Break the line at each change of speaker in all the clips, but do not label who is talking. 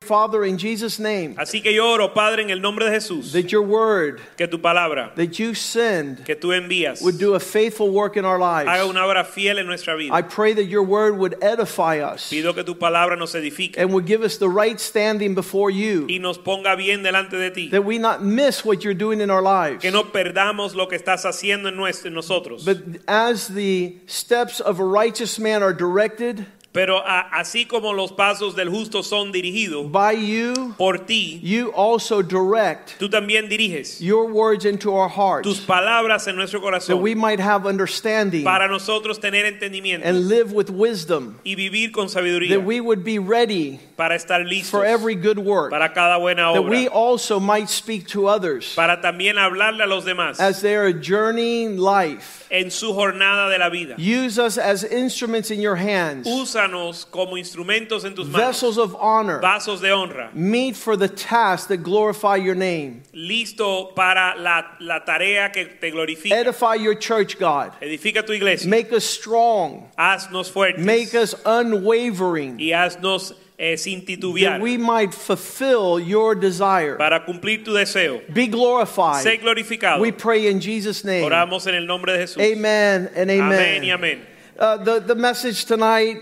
Father, in Jesus' name,
Así que yo oro, Padre, en el nombre de Jesús,
that your word
que tu palabra
that you send
que tú envías
would do a faithful work in our
haga
lives.
una obra fiel en nuestra
I
vida.
pray that your word would edify us
Pido que tu palabra nos edifique
and would give us the right standing before you,
y nos ponga bien delante de ti.
that we not miss what you're doing in our lives.
Que no perdamos lo que estás haciendo en, nues- en nosotros.
But as the steps of a righteous man are directed
Pero a- así como los pasos del justo son dirigidos
by you,
por ti,
you also direct
tú también diriges
your words into our
tus
hearts,
palabras en nuestro
that
corazón
we might have understanding
para nosotros tener entendimiento
and live with wisdom,
y vivir con sabiduría
that we would be ready
para estar listos
for every good work,
para cada buena
that we
obra,
also might speak to others.
para también hablarle a los demás.
as they are journeying life.
en su jornada de la vida.
Use us as instruments in your hands,
Úsanos como instrumentos en tus manos,
vessels of honor,
vasos de honra,
meet for the task that glorify your name.
listo para la, la tarea que te glorifica.
Edify your church, God.
Edifica tu iglesia,
Make us strong,
haznos fuertes
make us unwavering,
y haznos eh, sin
that
titubear
we might fulfill your desire.
para cumplir tu deseo.
Be
Sé
glorified.
glorificado.
We pray in Jesus' name.
Oramos en el nombre de Jesús.
Amen and
Amén y
amen.
amén.
Uh, the, the message tonight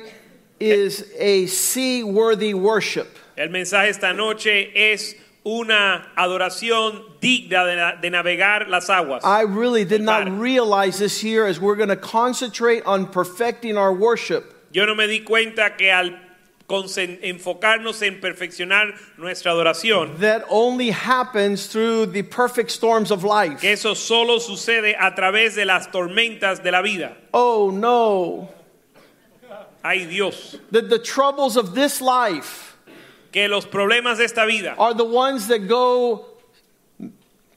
is a seaworthy worship.
El mensaje esta noche es una adoración digna de, na- de navegar las aguas.
I really did not
Padre.
realize this year as we're going to concentrate on perfecting our worship.
Yo no me di cuenta que al concen- enfocarnos en perfeccionar nuestra adoración,
That only happens through the perfect storms of life.
que eso solo sucede a través de las tormentas de la vida.
Oh no.
Ay Dios,
That the troubles of this life
que los problemas de esta vida
are the ones that go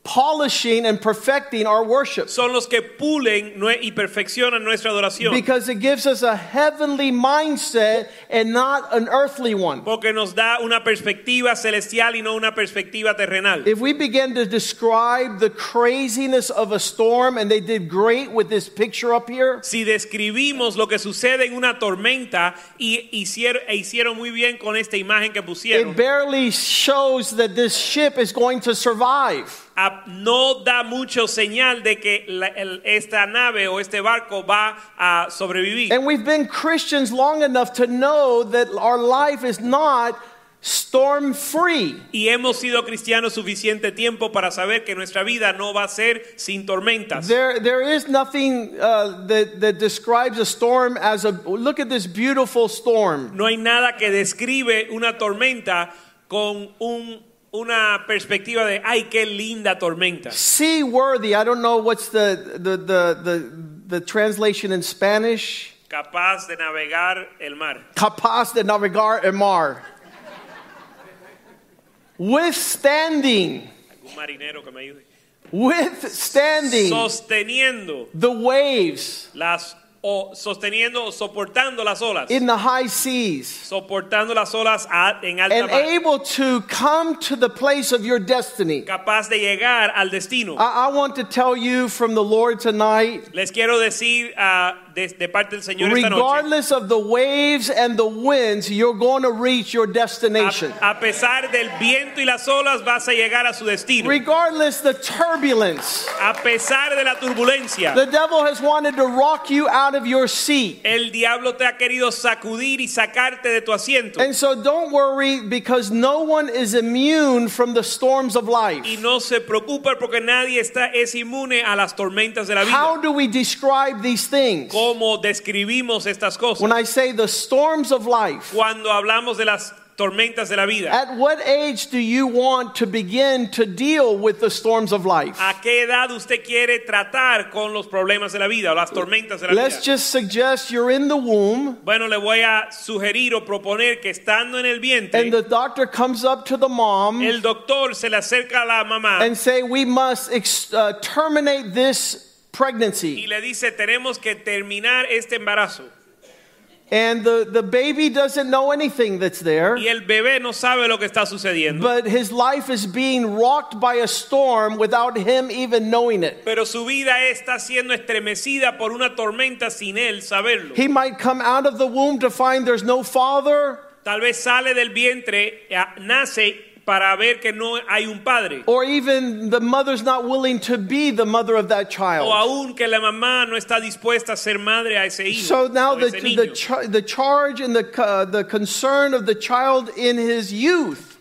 polishing and perfecting our worship.
son los que pulen nue- y perfeccionan nuestra adoración,
Because it gives us a heavenly mindset and not an earthly one.
porque nos da una perspectiva celestial y no una perspectiva terrenal.
If we begin to describe the craziness of a storm, and they did great with this picture up here.
Si describimos lo que sucede en una tormenta y hicieron, e hicieron muy bien con esta imagen que pusieron,
It barely shows that this ship is going to survive.
a- no da mucho señal de que la- el- esta nave o este barco va a sobrevivir.
And we've been Christians long enough to know that our life is not storm free.
Y hemos sido cristianos suficiente tiempo para saber que nuestra vida no va a ser sin tormentas.
There, there is nothing uh, that, that describes a storm as a look at this beautiful storm.
No hay nada que describe una tormenta con un- una perspectiva de, ay, qué linda tormenta.
Seaworthy, I don't know what's the, the, the, the, the translation in Spanish.
Capaz de navegar el mar.
Capaz de navegar el mar. Withstanding,
Algún marinero que me ayude.
withstanding.
Sosteniendo
the waves
las, o sosteniendo o soportando las olas.
in the high seas
soportando las olas a- en alta
and
mar,
able to come to the place of your destiny.
capaz de llegar al destino.
I, I want to tell you from the Lord tonight,
Les quiero decir ah, de, de parte del Señor esta noche,
regardless of the waves and the winds, you're going to reach your destination.
a, a pesar del viento y las olas vas a llegar a su destino.
Regardless the turbulence,
A pesar de la turbulencia,
the devil has wanted to rock you out of your seat.
el diablo te ha querido sacudir y sacarte de tu asiento.
And so don't worry because no one is immune from the storms of
Y
life.
no se preocupa porque nadie está, es inmune a las tormentas de la vida.
How do we describe these things?
¿Cómo describimos estas cosas?
When I say the storms of life,
Cuando hablamos de las tormentas de la vida.
At what age do you want to begin to deal with the storms of life?
¿A qué edad usted quiere tratar con los problemas de la vida o las tormentas de la
Let's
vida?
just suggest you're in the womb
Bueno, le voy a sugerir o proponer que estando en el vientre,
and the doctor comes up to the mom
el doctor se le acerca a la mamá
and say we must ex- uh, terminate this
y
pregnancy.
le dice, tenemos que terminar este embarazo.
And the, the baby doesn't know anything that's there,
Y el bebé no sabe lo que está sucediendo,
but his life is being rocked by a storm without him even knowing it.
pero su vida está siendo estremecida por una tormenta sin él saberlo.
He might come out of the womb to find there's no father,
Tal vez sale del vientre, eh, nace para ver que no hay un padre.
or even the mother's not willing to be the mother of that
O
child.
aún que la mamá no está dispuesta a ser madre a ese hijo.
So now
o
the,
ese
the,
niño.
char- the charge and the, uh, the concern of the child in his youth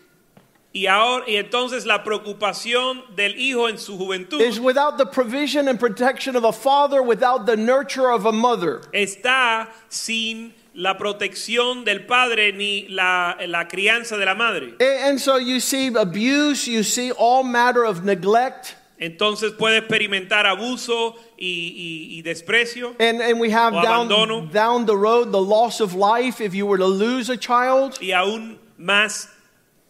y ahora y entonces la preocupación del hijo en su juventud
is without the provision and protection of a father, without the nurture of a mother.
está sin la protección del padre ni la, la crianza de la madre.
A- And so you see abuse, you see all matter of neglect,
Entonces puede experimentar abuso y, y- y desprecio.
and, and we have
O
down,
abandono.
down the road the loss of life if you were to lose a child.
y aún más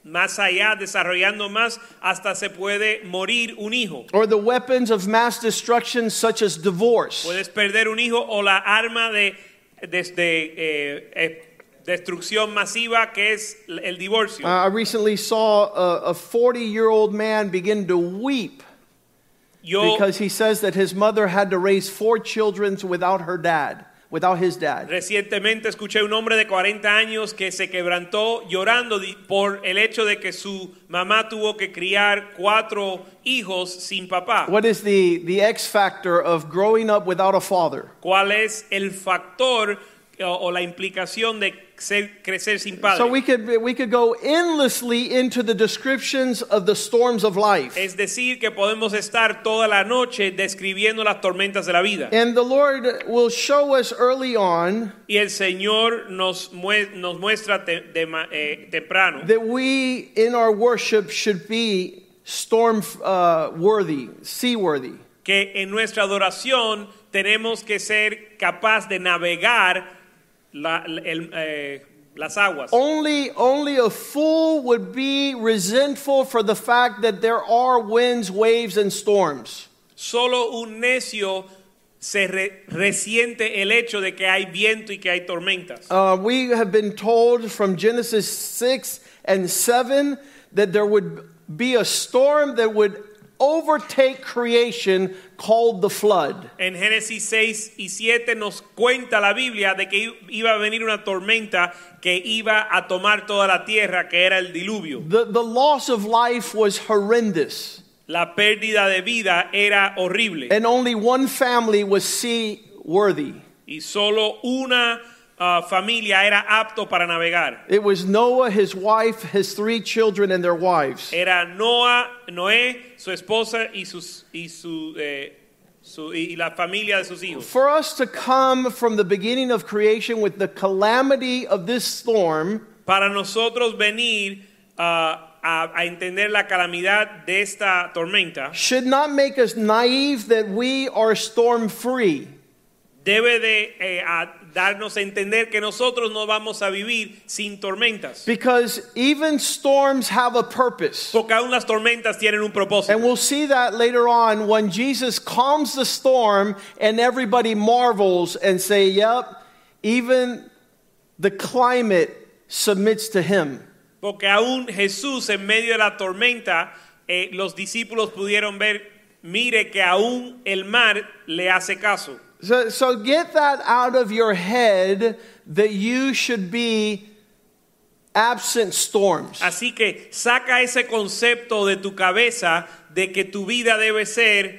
más allá desarrollando más hasta se puede morir un hijo
or the weapons of mass destruction such as divorce
puedes perder un hijo o la arma de, desde eh, eh, destrucción masiva que es el divorcio
Uh, i recently saw a, a 40 year old man begin to weep
yo
because he says that his mother had to raise four children without her dad without his dad
recientemente escuché un hombre de 40 años que se quebrantó llorando di- por el hecho de que su mamá tuvo que criar cuatro hijos sin papá
what is the, the x factor of growing up without a father
cuál es el factor eh, o, o la implicación de ser- crecer sin padre
so we could we could go endlessly into the descriptions of the storms of life
Es decir, que podemos estar toda la noche describiendo las tormentas de la vida.
and the lord will show us early on
Y el Señor nos, mue- nos muestra te- de ma- eh, temprano
that we in our worship should be storm uh, worthy, seaworthy.
que en nuestra adoración tenemos que ser capaz de navegar la- el- eh, las aguas.
Only only a fool would be resentful for the fact that there are winds, waves, and storms.
Solo un necio se re- resiente el hecho de que hay viento y que hay tormentas.
Uh, we have been told from Genesis six and seven that there would be a storm that would overtake creation called the flood.
En Génesis 6 y 7 nos cuenta la Biblia de que i- iba a venir una tormenta que iba a tomar toda la tierra, que era el diluvio.
The, the loss of life was horrendous.
La pérdida de vida era horrible
and only one family was seaworthy.
y solo una ah, familia era apto para navegar.
It was Noah, his wife, his three children, and their wives.
Era Noa, Noé, su esposa y sus y su, eh, su- y la familia de sus hijos.
For us to come from the beginning of creation with the calamity of this storm
Para nosotros venir ah, a- a entender la calamidad de esta tormenta.
should not make us naive that we are storm free.
debe de eh, a- darnos a entender que nosotros no vamos a vivir sin tormentas.
Because even storms have a purpose.
Porque aún las tormentas tienen un
And
propósito.
we'll see that later on when Jesus calms the storm and everybody marvels and say, "Yep, even the climate submits to him."
Porque aún Jesús en medio de la tormenta, eh, los discípulos pudieron ver, mire que aún el mar le hace caso.
So, so get that out of your head that you should be absent storms.
Así que saca ese concepto de tu cabeza de que tu vida debe ser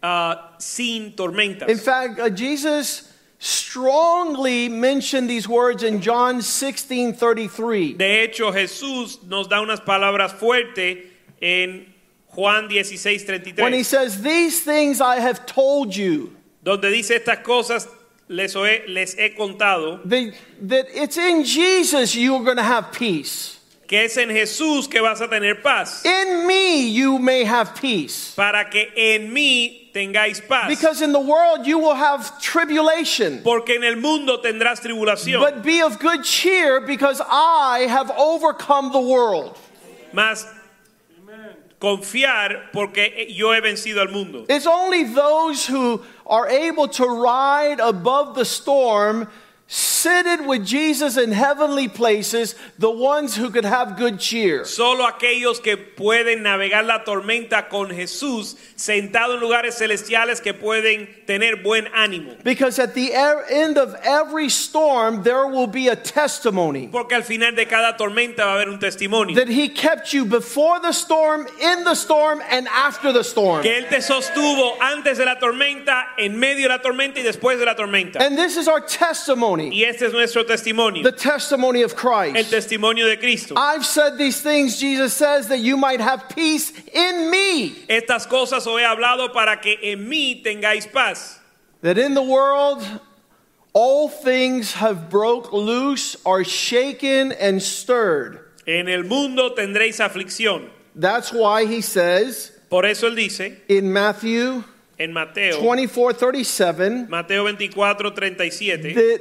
ah, sin tormentas.
In fact, uh, Jesus strongly mentioned these words in John 16:33.
De hecho, Jesús nos da unas palabras fuertes en Juan 16,
When he
33,
says, "These things I have told you."
donde dice estas cosas les he, les he contado,
The, that it's in Jesus you're going to have peace.
que es en Jesús que vas a tener paz,
In me you may have peace.
para que en mí tengáis paz.
Because in the world you will have tribulation.
Porque en el mundo tendrás tribulación,
But be of good cheer because I have overcome the world.
mas confiar porque yo he vencido al mundo.
It's only those who are able to ride above the storm, seated with Jesus in heavenly places, the ones who could have good cheer.
Solo aquellos que pueden navegar la tormenta con Jesús sentado en lugares celestiales que pueden tener buen ánimo.
Because at the er- end of every storm, there will be a testimony
Porque al final de cada tormenta va a haber un testimonio.
that He kept you before the storm, in the storm, and after the storm.
Que Él te sostuvo antes de la tormenta, en medio de la tormenta y después de la tormenta.
And this is our testimony
Y este es nuestro
the
testimonio,
testimony of
el
Christ.
testimonio de Cristo.
I've said these things, Jesus says, that you might have peace in me.
Estas cosas os he hablado para que en mí tengáis paz.
that in the world all things have broke loose are shaken and stirred
En el mundo tendréis aflicción.
that's why he says
Por eso Él dice
in matthew
en Mateo,
24 37
Mateo 24, 37.
that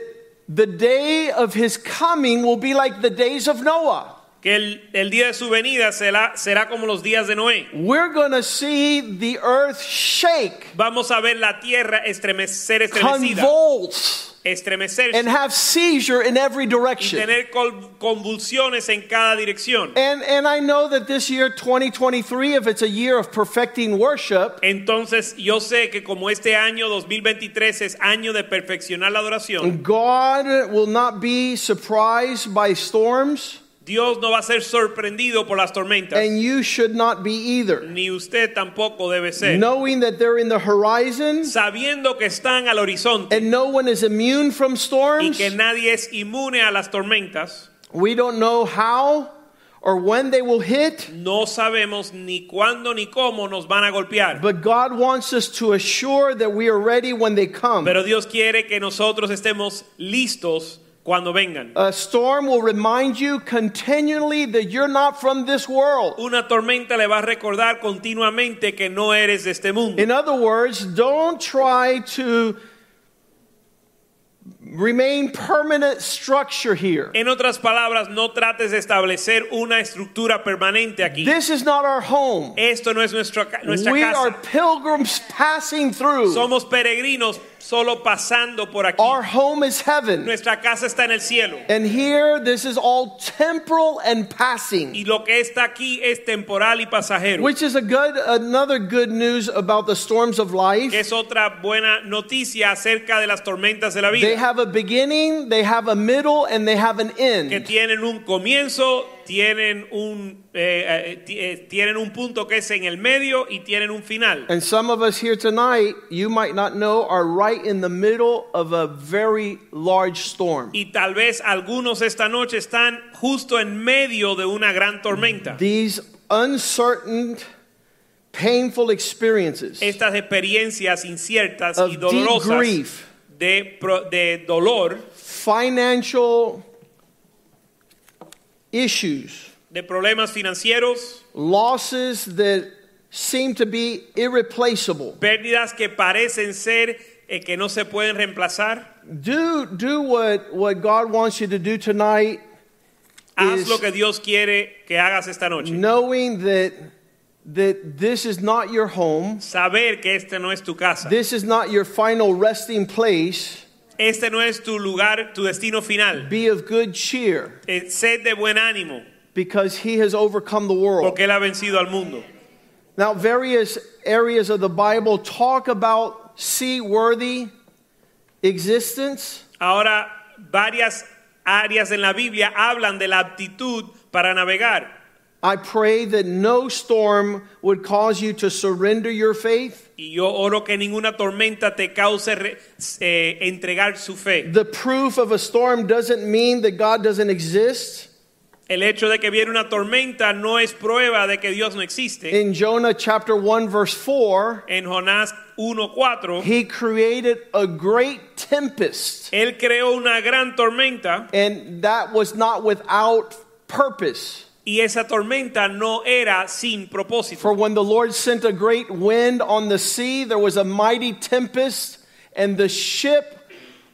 the day of his coming will be like the days of noah
que el, el día de su venida será, será como los días de Noé.
we're going to see the earth shake
Vamos a ver la tierra estremecer, estremecida,
convulse
estremecerse
and have seizure in every
y
direction
tener col- convulsiones en cada dirección.
and, and I know that this year, 2023, if it's a year of perfecting worship,
Entonces yo sé que como este año 2023 es año de perfeccionar la adoración,
God will not be surprised by storms,
Dios no va a ser sorprendido por las tormentas,
and you should not be either.
ni usted tampoco debe ser,
Knowing that they're in the horizon
sabiendo que están al horizonte
and no one is immune from
y
storms,
que nadie es inmune a las tormentas.
we don't know how or when they will hit,
No sabemos ni cuándo ni cómo nos van a golpear.
but God wants us to assure that we are ready when they come.
Pero Dios quiere que nosotros estemos listos cuando vengan.
A storm will remind you continually that you're not from this world.
Una tormenta le va a recordar continuamente que no eres de este mundo.
In other words, don't try to remain permanent structure here.
En otras palabras, no trates de establecer una estructura permanente aquí.
This is not our home.
Esto no es nuestra, ca- nuestra
We are
casa.
pilgrims passing through.
Somos peregrinos solo pasando por aquí.
Our home is heaven.
Nuestra casa está en el cielo.
And here, this is all temporal and
Y
passing,
lo que está aquí es temporal y pasajero.
which is a good, another good news about the storms of
Que
life.
es otra buena noticia acerca de las tormentas de la
They
vida.
have a beginning, they have a middle, and they have an
que
end.
tienen un comienzo, tienen un, eh, eh, ti- eh, tienen un punto que es en el medio y tienen un final.
And some of us here tonight, you might not know, are right in the middle of a very large storm.
Y tal vez algunos esta noche están justo en medio de una gran tormenta.
These uncertain, painful experiences.
Estas experiencias inciertas
Of
y
deep
dolorosas
grief.
de, pro- de dolor,
financial issues,
de problemas financieros,
losses that seem to be irreplaceable.
pérdidas que parecen ser eh, que no se pueden reemplazar.
Do do what what God wants you to do tonight,
Haz
Is-
lo que Dios quiere que hagas esta noche.
knowing that that this is not your home.
Saber que este no es tu casa.
This is not your final resting place.
Este no es tu lugar, tu destino final.
Be of good cheer
Eh, Sed de buen ánimo,
because he has overcome the world.
porque Él ha vencido al mundo.
Now, various areas of the Bible talk about seaworthy existence.
Ahora, varias áreas en la Biblia hablan de la aptitud para navegar.
I pray that no storm would cause you to surrender your faith.
Y yo oro que ninguna tormenta te cause re- eh, entregar su fe.
The proof of a storm doesn't mean that God doesn't exist.
El hecho de que viene una tormenta no es prueba de que Dios no existe.
In Jonah chapter 1 verse 4,
En Jonás 1.4,
he created a great tempest,
Él creó una gran tormenta
and that was not without purpose.
Y esa tormenta no era sin propósito.
For when the Lord sent a great wind on the sea, there was a mighty tempest, and the ship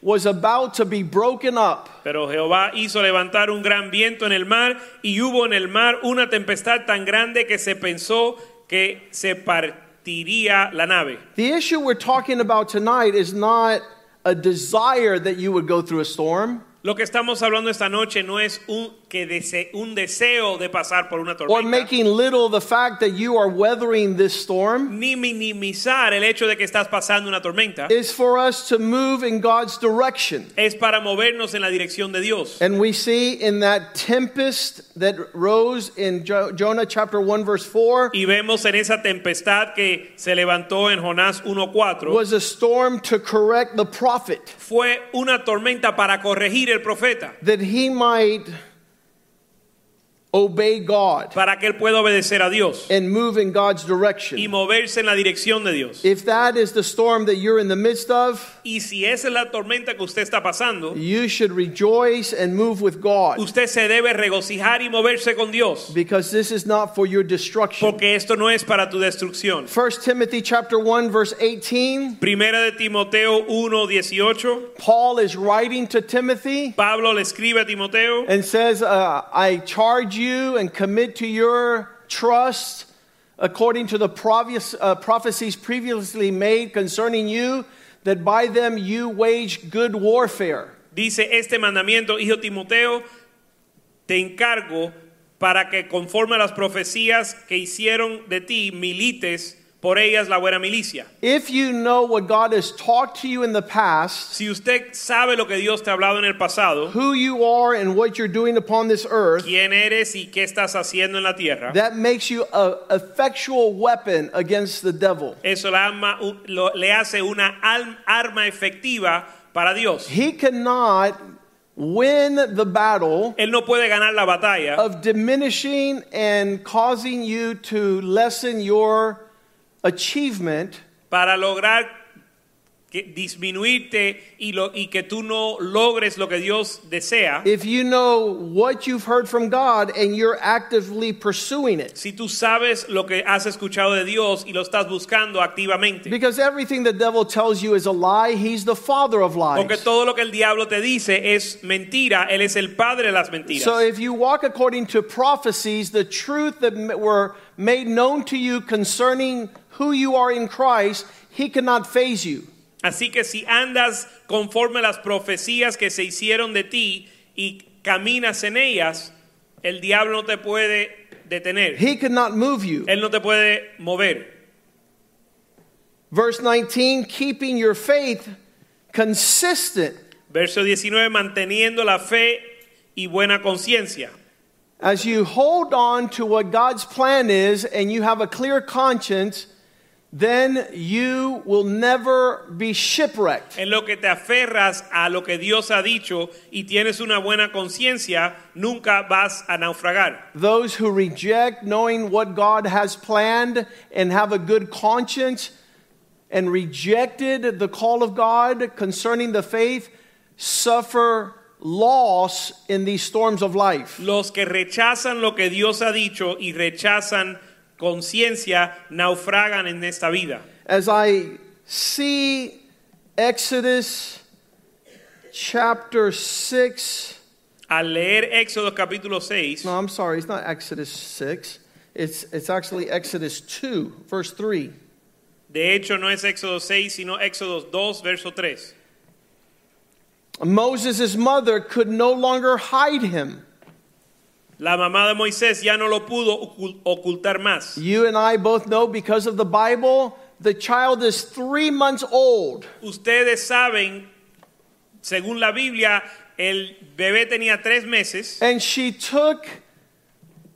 was about to be broken up.
Pero Jehová hizo levantar un gran viento en el mar y hubo en el mar una tempestad tan grande que se pensó que se partiría la nave.
The issue we're talking about tonight is not a desire that you would go through a storm
Lo que estamos hablando esta noche no es un, que dese- un deseo de pasar por una
or
tormenta.
making little of the fact that you are weathering this storm.
ni minimizar el hecho de que estás pasando una tormenta.
Is for us to move in God's direction.
es para movernos en la dirección de Dios.
And we see in that tempest that rose in Jo- Jonah chapter 1 verse 4
Y vemos en esa tempestad que se levantó en Jonás 1.4,
was a storm to correct the prophet
fue una tormenta para corregir el profeta,
that he might obey God
para que él pueda obedecer a Dios
and move in God's
y
direction.
moverse en la dirección de Dios.
If that is the storm that you're in the midst of,
Y si esa es la tormenta que usted está pasando,
you should rejoice and move with God
usted se debe regocijar y moverse con Dios,
because this is not for your destruction.
porque esto no es para tu destrucción.
1 Timothy chapter 1 verse 18,
Primera de Timoteo 1.18,
Paul is writing to Timothy
Pablo le escribe a Timoteo.
and says, uh, I charge you and commit to your trust according to the prophes- uh, prophecies previously made concerning you, that by them you wage good warfare.
Dice este mandamiento, hijo Timoteo, te encargo para que conforme a las profecías que hicieron de ti, milites por ellas la buena milicia.
If you know what God has taught to you in the past,
Si usted sabe lo que Dios te ha hablado en el pasado,
who you are and what you're doing upon this earth,
quién eres y qué estás haciendo en la tierra,
that makes you an effectual weapon against the devil.
eso la ama- u- lo- le hace una al- arma efectiva para Dios.
He cannot win the battle
Él no puede ganar la batalla
of diminishing and causing you to lessen your achievement
para lograr que, disminuirte y, lo- y que tú no logres lo que Dios desea.
if you know what you've heard from God and you're actively pursuing it.
Si tú sabes lo que has escuchado de Dios y lo estás buscando activamente.
Because everything the devil tells you is a lie, he's the father of
Porque
lies.
todo lo que el diablo te dice es mentira. Él es el padre de las mentiras.
So if you walk according to prophecies, the truth that m- were made known to you concerning who you are in Christ, he cannot phase you.
Así que si andas conforme a las profecías que se hicieron de ti y caminas en ellas, el diablo no te puede detener.
He cannot move you.
Él no te puede mover.
Verse 19, keeping your faith consistent
Verso 19, manteniendo la fe y buena conciencia.
as you hold on to what God's plan is and you have a clear conscience, then you will never be shipwrecked.
En lo que te aferras a lo que Dios ha dicho y tienes una buena conciencia, nunca vas a naufragar.
Those who reject knowing what God has planned and have a good conscience and rejected the call of God concerning the faith suffer loss in these storms of life.
Los que rechazan lo que Dios ha dicho y rechazan conciencia, naufragan en esta vida.
as I see Exodus chapter 6.
Al leer Éxodo capítulo 6,
No, I'm sorry, it's not Exodus 6. It's, it's actually Exodus 2, verse 3.
de hecho no es Éxodo 6, sino Éxodo 2, verso 3.
Moses' mother could no longer hide him.
La mamá de Moisés ya no lo pudo ocul- ocultar más.
You and I both know because of the Bible, the child is three months old
Ustedes saben, según la Biblia, el bebé tenía tres meses.
and she took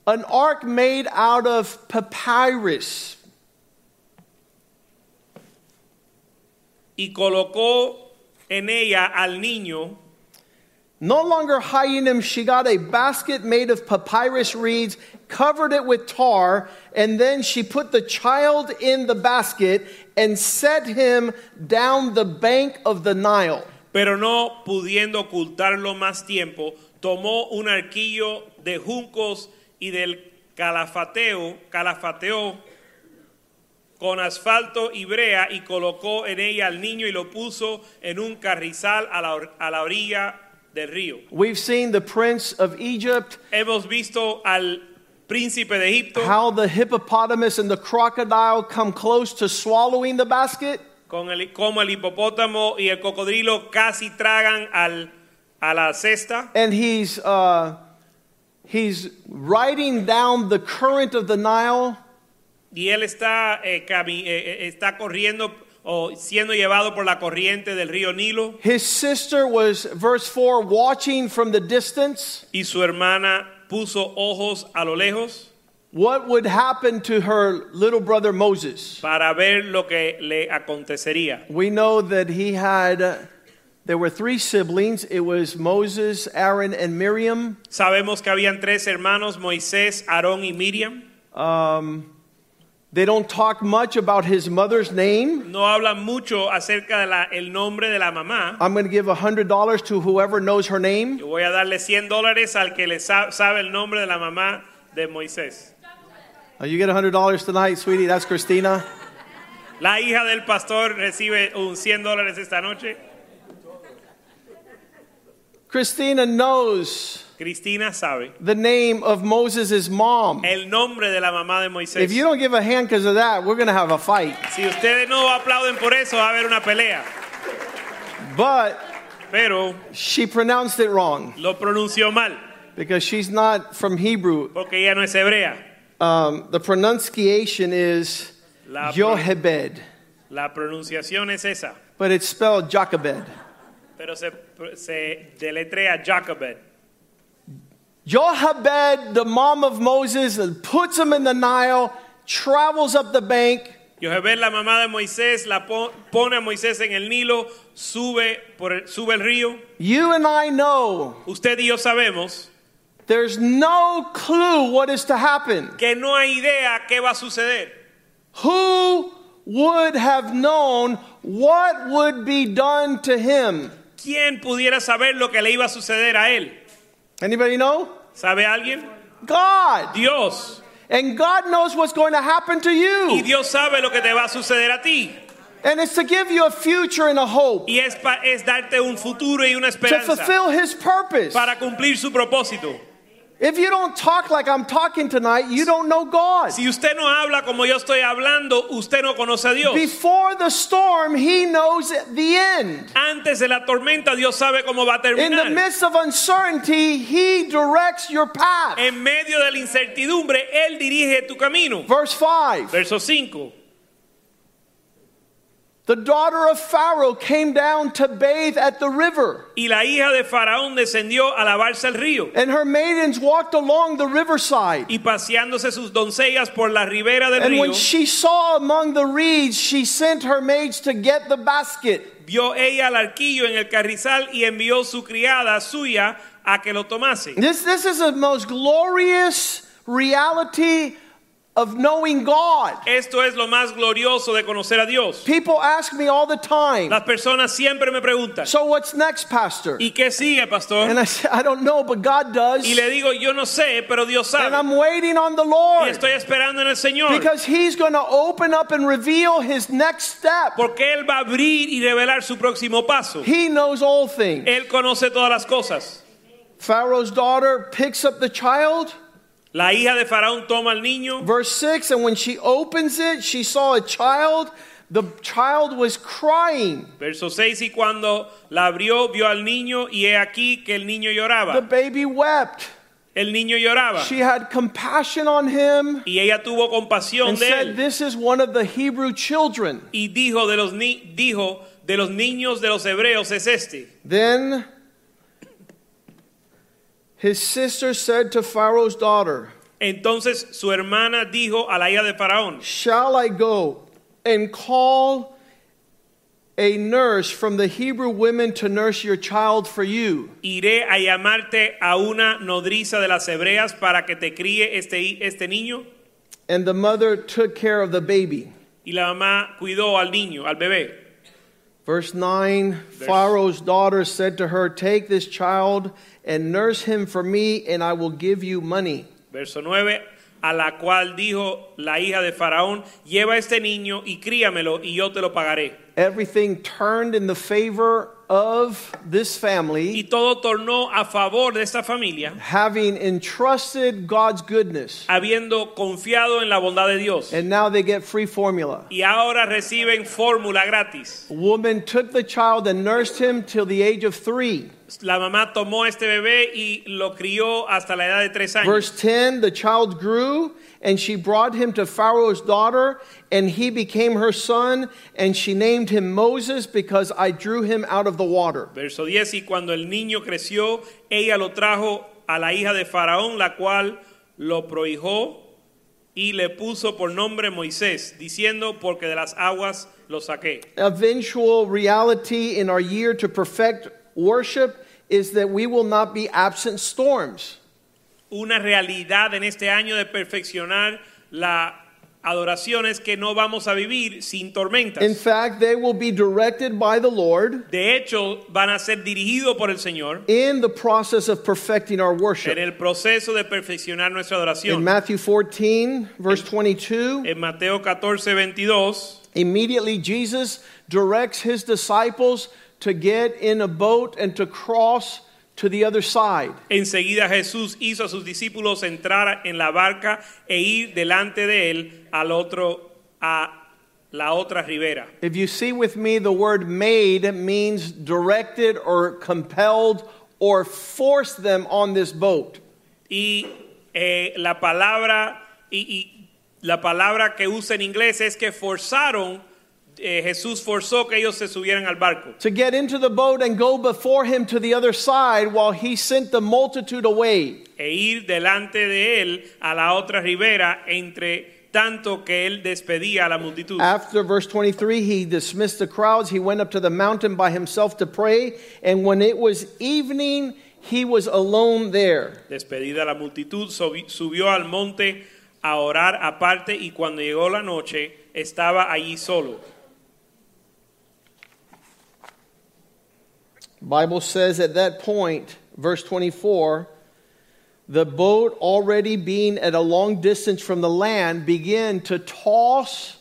an ark made out of papyrus.
y colocó en ella al niño
No longer hiding him, she got a basket made of papyrus reeds, covered it with tar, and then she put the child in the basket and set him down the bank of the Nile.
pero no pudiendo ocultarlo más tiempo, tomó un arquillo de juncos y del calafateo, calafateó con asfalto y brea y colocó en ella al niño y lo puso en un carrizal a la, or- a la orilla del río.
We've seen the prince of Egypt,
Hemos visto al príncipe de Egipto
how the hippopotamus and the crocodile come close to swallowing the basket.
con el, cómo el hipopótamo y el cocodrilo casi tragan al, a la cesta.
and he's uh, he's riding down the current of the Nile,
Y él está, eh, cami- eh, eh, está corriendo o siendo llevado por la corriente del río Nilo
his sister was verse four watching from the distance
y su hermana puso ojos a lo lejos
what would happen to her little brother Moses.
para ver lo que le acontecería.
We know that he had uh, there were three siblings. It was Moses, Aaron, and Miriam.
Sabemos que habían tres hermanos, Moisés, Aarón y Miriam.
They don't talk much about his mother's name.
No hablan mucho acerca del nombre de la mamá.
I'm going to give $100 to whoever knows her name.
Yo voy a darle 100 dólares al que le sa- sabe el nombre de la mamá de Moisés.
Oh, you get $100 tonight, sweetie. That's Christina.
La hija del pastor recibe un 100 dólares esta noche.
Christina knows
Cristina sabe.
the name of Moses' mom.
el nombre de la mamá de Moisés.
If you don't give a hand because of that, we're going to have a fight.
Si ustedes no aplauden por eso, va a haber una pelea.
But
Pero
she pronounced it wrong
lo pronunció mal,
because she's not from Hebrew.
porque ella no es hebrea.
Um, the pronunciation is
La, pro-
Yohebed,
la pronunciación es esa,
but it's spelled Jochebed.
pero se, se deletrea Jacobed.
Yohebed, the mom of Moses, puts him in the Nile, travels up the bank,
Yohebed, la mamá de Moisés, la po- pone a Moisés en el Nilo, sube, por el- sube el río.
You and I know
Usted y yo sabemos
there's no clue what is to happen.
que no hay idea qué va a suceder.
Who would have known what would be done to him?
¿Quién pudiera saber lo que le iba a suceder a él?
Anybody know?
¿Sabe alguien?
God.
Dios.
And God knows what's going to happen to
Y
you.
Dios sabe lo que te va a suceder a ti.
And it's to give you a future and a hope
Y es, pa- es darte un futuro y una
to
esperanza
fulfill his purpose.
para cumplir su propósito.
If you don't talk like I'm talking tonight, you don't know God.
Si usted no habla como yo estoy hablando, usted no conoce a Dios.
Before the storm, he knows the end.
Antes de la tormenta, Dios sabe cómo va a
In the
terminar.
midst of uncertainty, he directs your path.
En medio de la incertidumbre, Él dirige tu camino.
Verse 5
Verso 5.
The daughter of Pharaoh came down to bathe at the river,
Y la hija de Faraón descendió a lavarse al río.
and her maidens walked along the riverside.
Y paseándose sus doncellas por la ribera del
And
río,
when she saw among the reeds, she sent her maids to get the basket.
vio ella al arquillo en el carrizal y envió su criada suya a que lo tomase.
This, this is the most glorious reality of knowing God.
Esto es lo más glorioso de conocer a Dios.
People ask me all the time,
Las personas siempre me preguntan,
so what's next, Pastor?
¿y qué sigue, pastor?
And I say, I don't know, but God does.
Y le digo, yo no sé, pero Dios
And
sabe.
I'm waiting on the
Y
Lord
estoy esperando en el Señor.
because He's going to open up and reveal His next step.
Porque Él va a abrir y revelar su próximo paso.
He knows all things.
Él conoce todas las cosas.
Pharaoh's daughter picks up the child.
La hija de Faraón toma al niño.
Verse 6 And when she opens it, she saw a child. The child was crying.
Verso 6, y cuando la abrió, vio al niño y he aquí que el niño
The
lloraba.
baby wept.
El niño lloraba.
She had compassion on him
Y ella tuvo compasión
and
de
said,
él.
This is one of the Hebrew children.
Y dijo de los, ni- dijo, de los niños de los hebreos es este.
Then his sister said to Pharaoh's daughter,
Entonces su hermana dijo a la hija de Faraón,
Shall I go and call a nurse from the Hebrew women to nurse your child for you?
iré a llamarte a una nodriza de las hebreas para que te críe este, hi- este niño.
And the mother took care of the baby.
Y la mamá cuidó al niño, al bebé.
Verse 9 Pharaoh's daughter said to her, Take this child and nurse him for me, and I will give you money.
Verso 9, a la cual dijo la hija de Faraón, lleva a este niño y críamelo y yo te lo pagaré.
Everything turned in the favor of this
Y
family,
todo tornó a favor de esta familia,
having entrusted God's goodness.
habiendo confiado en la bondad de Dios.
And now they get free formula.
Y ahora reciben fórmula gratis.
Woman took the child and nursed him till the age of three.
La mamá tomó este bebé y lo crió hasta la edad de tres años.
Verse 10 The child grew, and she brought him to Pharaoh's daughter, and he became her son, and she named him Moses because I drew him out of the water.
Verso 10, y cuando el niño creció, ella lo trajo a la hija de Faraón, la cual lo prohijó y le puso por nombre Moisés, diciendo, porque de las aguas lo saqué.
Eventual reality in our year to perfect worship is that we will not be absent storms.
Una realidad en este año de perfeccionar la adoración es que no vamos a vivir sin
In
tormentas.
fact, they will be directed by the Lord
De hecho, van a ser dirigidos por el Señor
in the process of perfecting our
en
worship.
el proceso de perfeccionar nuestra
In
adoración.
Matthew 14, verse 22,
En Mateo 14, 22.
Immediately, Jesus directs his disciples to get in a boat and to cross to the other side.
Enseguida Jesús hizo a sus discípulos entrar en la barca e ir delante de él al otro a la otra ribera.
If you see with me, the word made means directed or compelled or forced them on this boat.
Y eh, la palabra y, y la palabra que usa en inglés es que forzaron eh, Jesús forzó que ellos se subieran al barco
To get into the boat and go before him to the other side while he sent the multitude away.
e ir delante de él a la otra ribera entre tanto que él despedía a la multitud.
After verse 23, he dismissed the crowds. He went up to the mountain by himself to pray. And when it was evening, he was alone there.
Despedida la multitud, subi- subió al monte a orar aparte y cuando llegó la noche estaba allí solo.
Bible says at that point, verse 24, the boat already being at a long distance from the land began to toss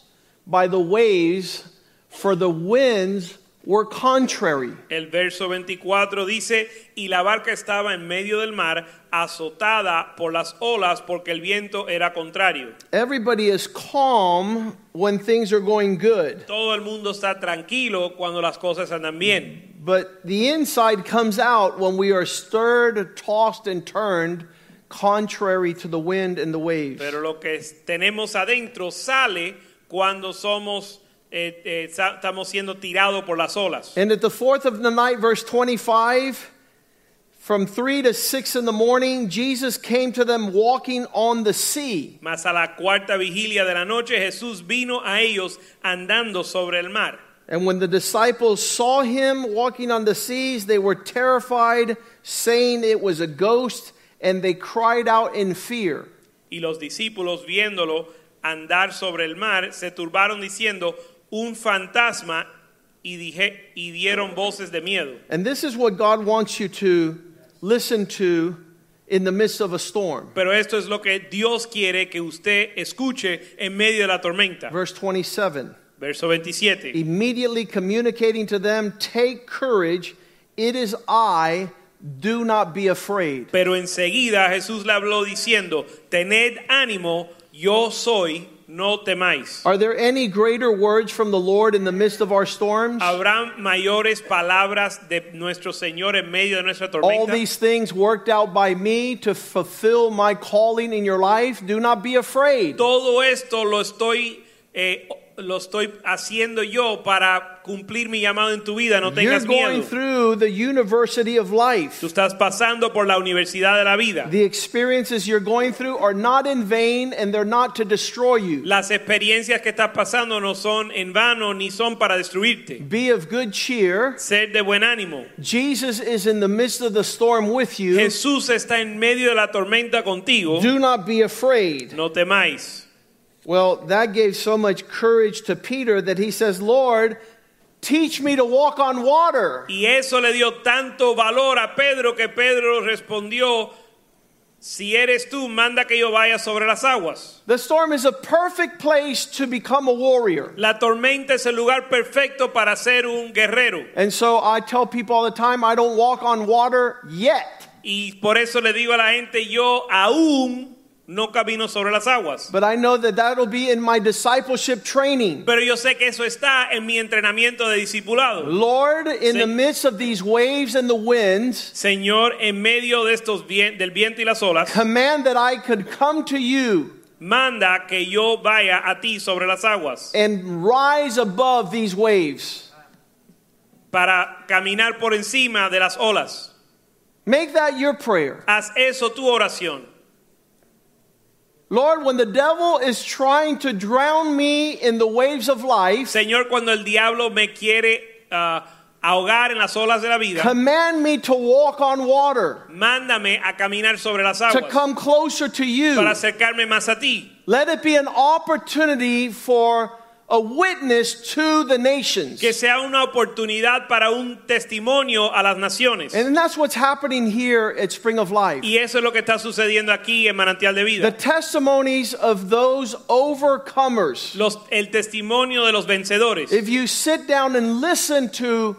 by the waves, for the winds were contrary.
El verso 24 dice, y la barca estaba en medio del mar, azotada por las olas porque el viento era contrario.
Everybody is calm when things are going good,
Todo el mundo está tranquilo cuando las cosas andan bien,
but the inside comes out when we are stirred, tossed, and turned contrary to the wind and the waves.
pero lo que es- tenemos adentro sale cuando somos, eh, eh, sa- estamos siendo tirados por las olas.
And at the fourth of the night, verse 25, from three to six in the morning, Jesus came to them walking on the sea.
Mas a la cuarta vigilia de la noche Jesús vino a ellos andando sobre el mar.
And when the disciples saw him walking on the seas, they were terrified, saying it was a ghost, and they cried out in fear.
Y los discípulos viéndolo andar sobre el mar se turbaron diciendo, un fantasma, y, dije, y dieron voces de miedo.
And this is what God wants you to listen to in the midst of a storm.
Pero esto es lo que Dios quiere que usted escuche en medio de la tormenta.
Verse 27.
Verso 27.
immediately communicating to them, Take courage, it is I, do not be afraid.
Pero enseguida Jesús le habló diciendo, tened ánimo, yo soy, no temáis.
Are there any greater words from the Lord in the midst of our storms?
¿Habrán mayores palabras de nuestro Señor en medio de nuestra
All
tormenta?
these things worked out by me to fulfill my calling in your life. Do not be afraid.
Todo esto lo estoy, eh, lo estoy haciendo yo para cumplir mi llamado en tu vida. No
You're
tengas
going
miedo.
through the university of life.
Tú estás pasando por la universidad de la vida.
The experiences you're going through are not in vain and they're not to destroy you.
Las experiencias que estás pasando no son en vano ni son para destruirte.
Be of good cheer.
Ser de buen ánimo.
Jesus is in the midst of the storm with you.
Jesús está en medio de la tormenta contigo.
Do not be afraid.
No temáis.
Well, that gave so much courage to Peter that he says, Lord, teach me to walk on water.
Y eso le dio tanto valor a Pedro que Pedro respondió, Si eres tú, manda que yo vaya sobre las aguas.
The storm is a perfect place to become a warrior.
La tormenta es el lugar perfecto para ser un guerrero.
And so I tell people all the time I don't walk on water yet,
Y por eso le digo a la gente, yo aún no camino sobre las aguas.
but I know that that'll be in my discipleship training.
Pero yo sé que eso está en mi entrenamiento de discipulado.
Lord, in
Sí.
the midst of these waves and the winds,
Señor, en medio de estos vien- del viento y las olas,
command that I could come to you
manda que yo vaya a ti sobre las aguas
and rise above these waves.
para caminar por encima de las olas.
Make that your prayer.
Haz eso tu oración.
Lord, when the devil is trying to drown me in the waves of life,
Señor, cuando el diablo me quiere ah, ahogar en las olas de la vida,
command me to walk on water,
mándame a caminar sobre las
to
aguas
come closer to
para
you.
acercarme más a ti.
Let it be an opportunity for a witness to the nations.
Que sea una oportunidad para un testimonio a las naciones.
And that's what's happening here at Spring of Life.
Y eso es lo que está sucediendo aquí en Manantial
The
de Vida.
testimonies of those overcomers.
Los- el testimonio de los vencedores.
If you sit down and listen to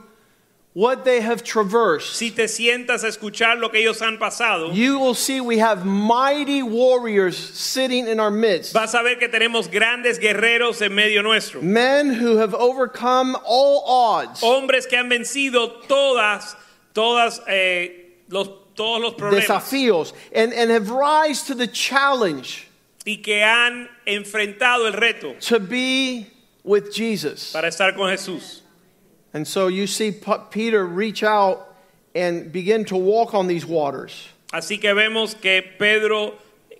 what they have traversed,
Si te sientas a escuchar lo que ellos han pasado,
you will see we have mighty warriors sitting in our midst.
vas a ver que tenemos grandes guerreros en medio nuestro.
Men who have overcome all odds,
Hombres que han vencido todas, todas, eh, los, todos los problemas.
desafíos, and, and have rise to the challenge
y que han enfrentado el reto
to be with Jesus.
para estar con Jesús.
And so you see P- Peter reach out and begin to walk on these waters.
Así que vemos que Pedro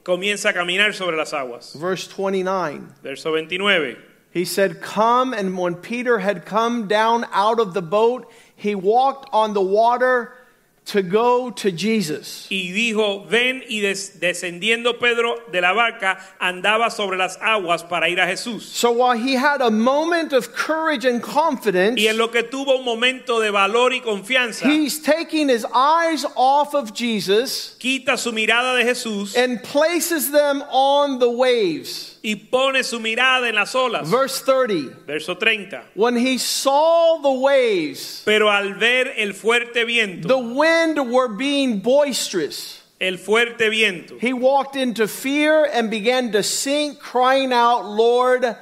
comienza a caminar sobre las aguas.
Verse 29.
Verso 29.
He said, Come. And when Peter had come down out of the boat, he walked on the water to go to Jesus.
Y dijo, ven y des- descendiendo Pedro de la barca, andaba sobre las aguas para ir a Jesús.
So while he had a moment of courage and confidence,
Y en lo que tuvo un momento de valor y confianza,
he's taking his eyes off of Jesus
quita su mirada de Jesús
and places them on the waves.
y pone su mirada en las olas.
Verse 30.
Verso 30.
When he saw the waves,
Pero al ver el fuerte
the
viento,
wind were being boisterous.
el fuerte viento,
He walked into fear and began to sink, crying out, Lord,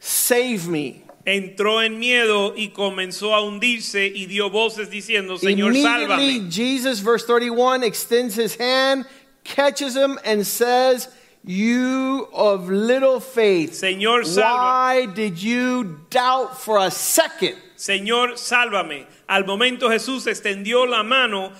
save me.
entró en miedo y comenzó a hundirse y dio voces diciendo, Señor,
Immediately,
sálvame.
Jesus, verse 31, extends his hand, catches him, and says, You of little faith,
Señor, sálvame.
why did you doubt for a second?
Señor, sálvame. Al momento Jesús extendió la mano,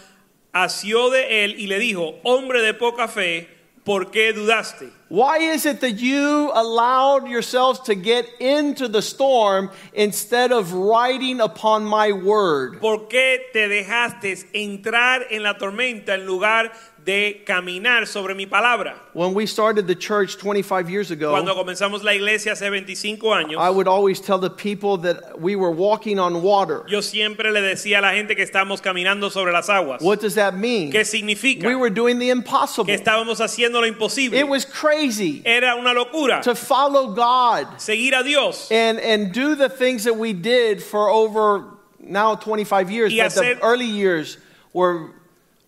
asió de él y le dijo, hombre de poca fe, ¿por qué dudaste?
Why is it that you allowed yourselves to get into the storm instead of riding upon my word?
¿Por qué te dejaste entrar en la tormenta en lugar de caminar sobre mi palabra?
When we started the church 25 years ago,
Cuando comenzamos la iglesia hace 25 años,
I would always tell the people that we were walking on water.
yo siempre le decía a la gente que estamos caminando sobre las aguas.
What does that mean?
¿Qué significa?
We were doing the impossible.
que estábamos haciendo lo imposible.
It was crazy
Era una locura
to follow God
seguir a Dios
and, and do the things that we did for over now 25 years.
Y
But the
hacer-
early years were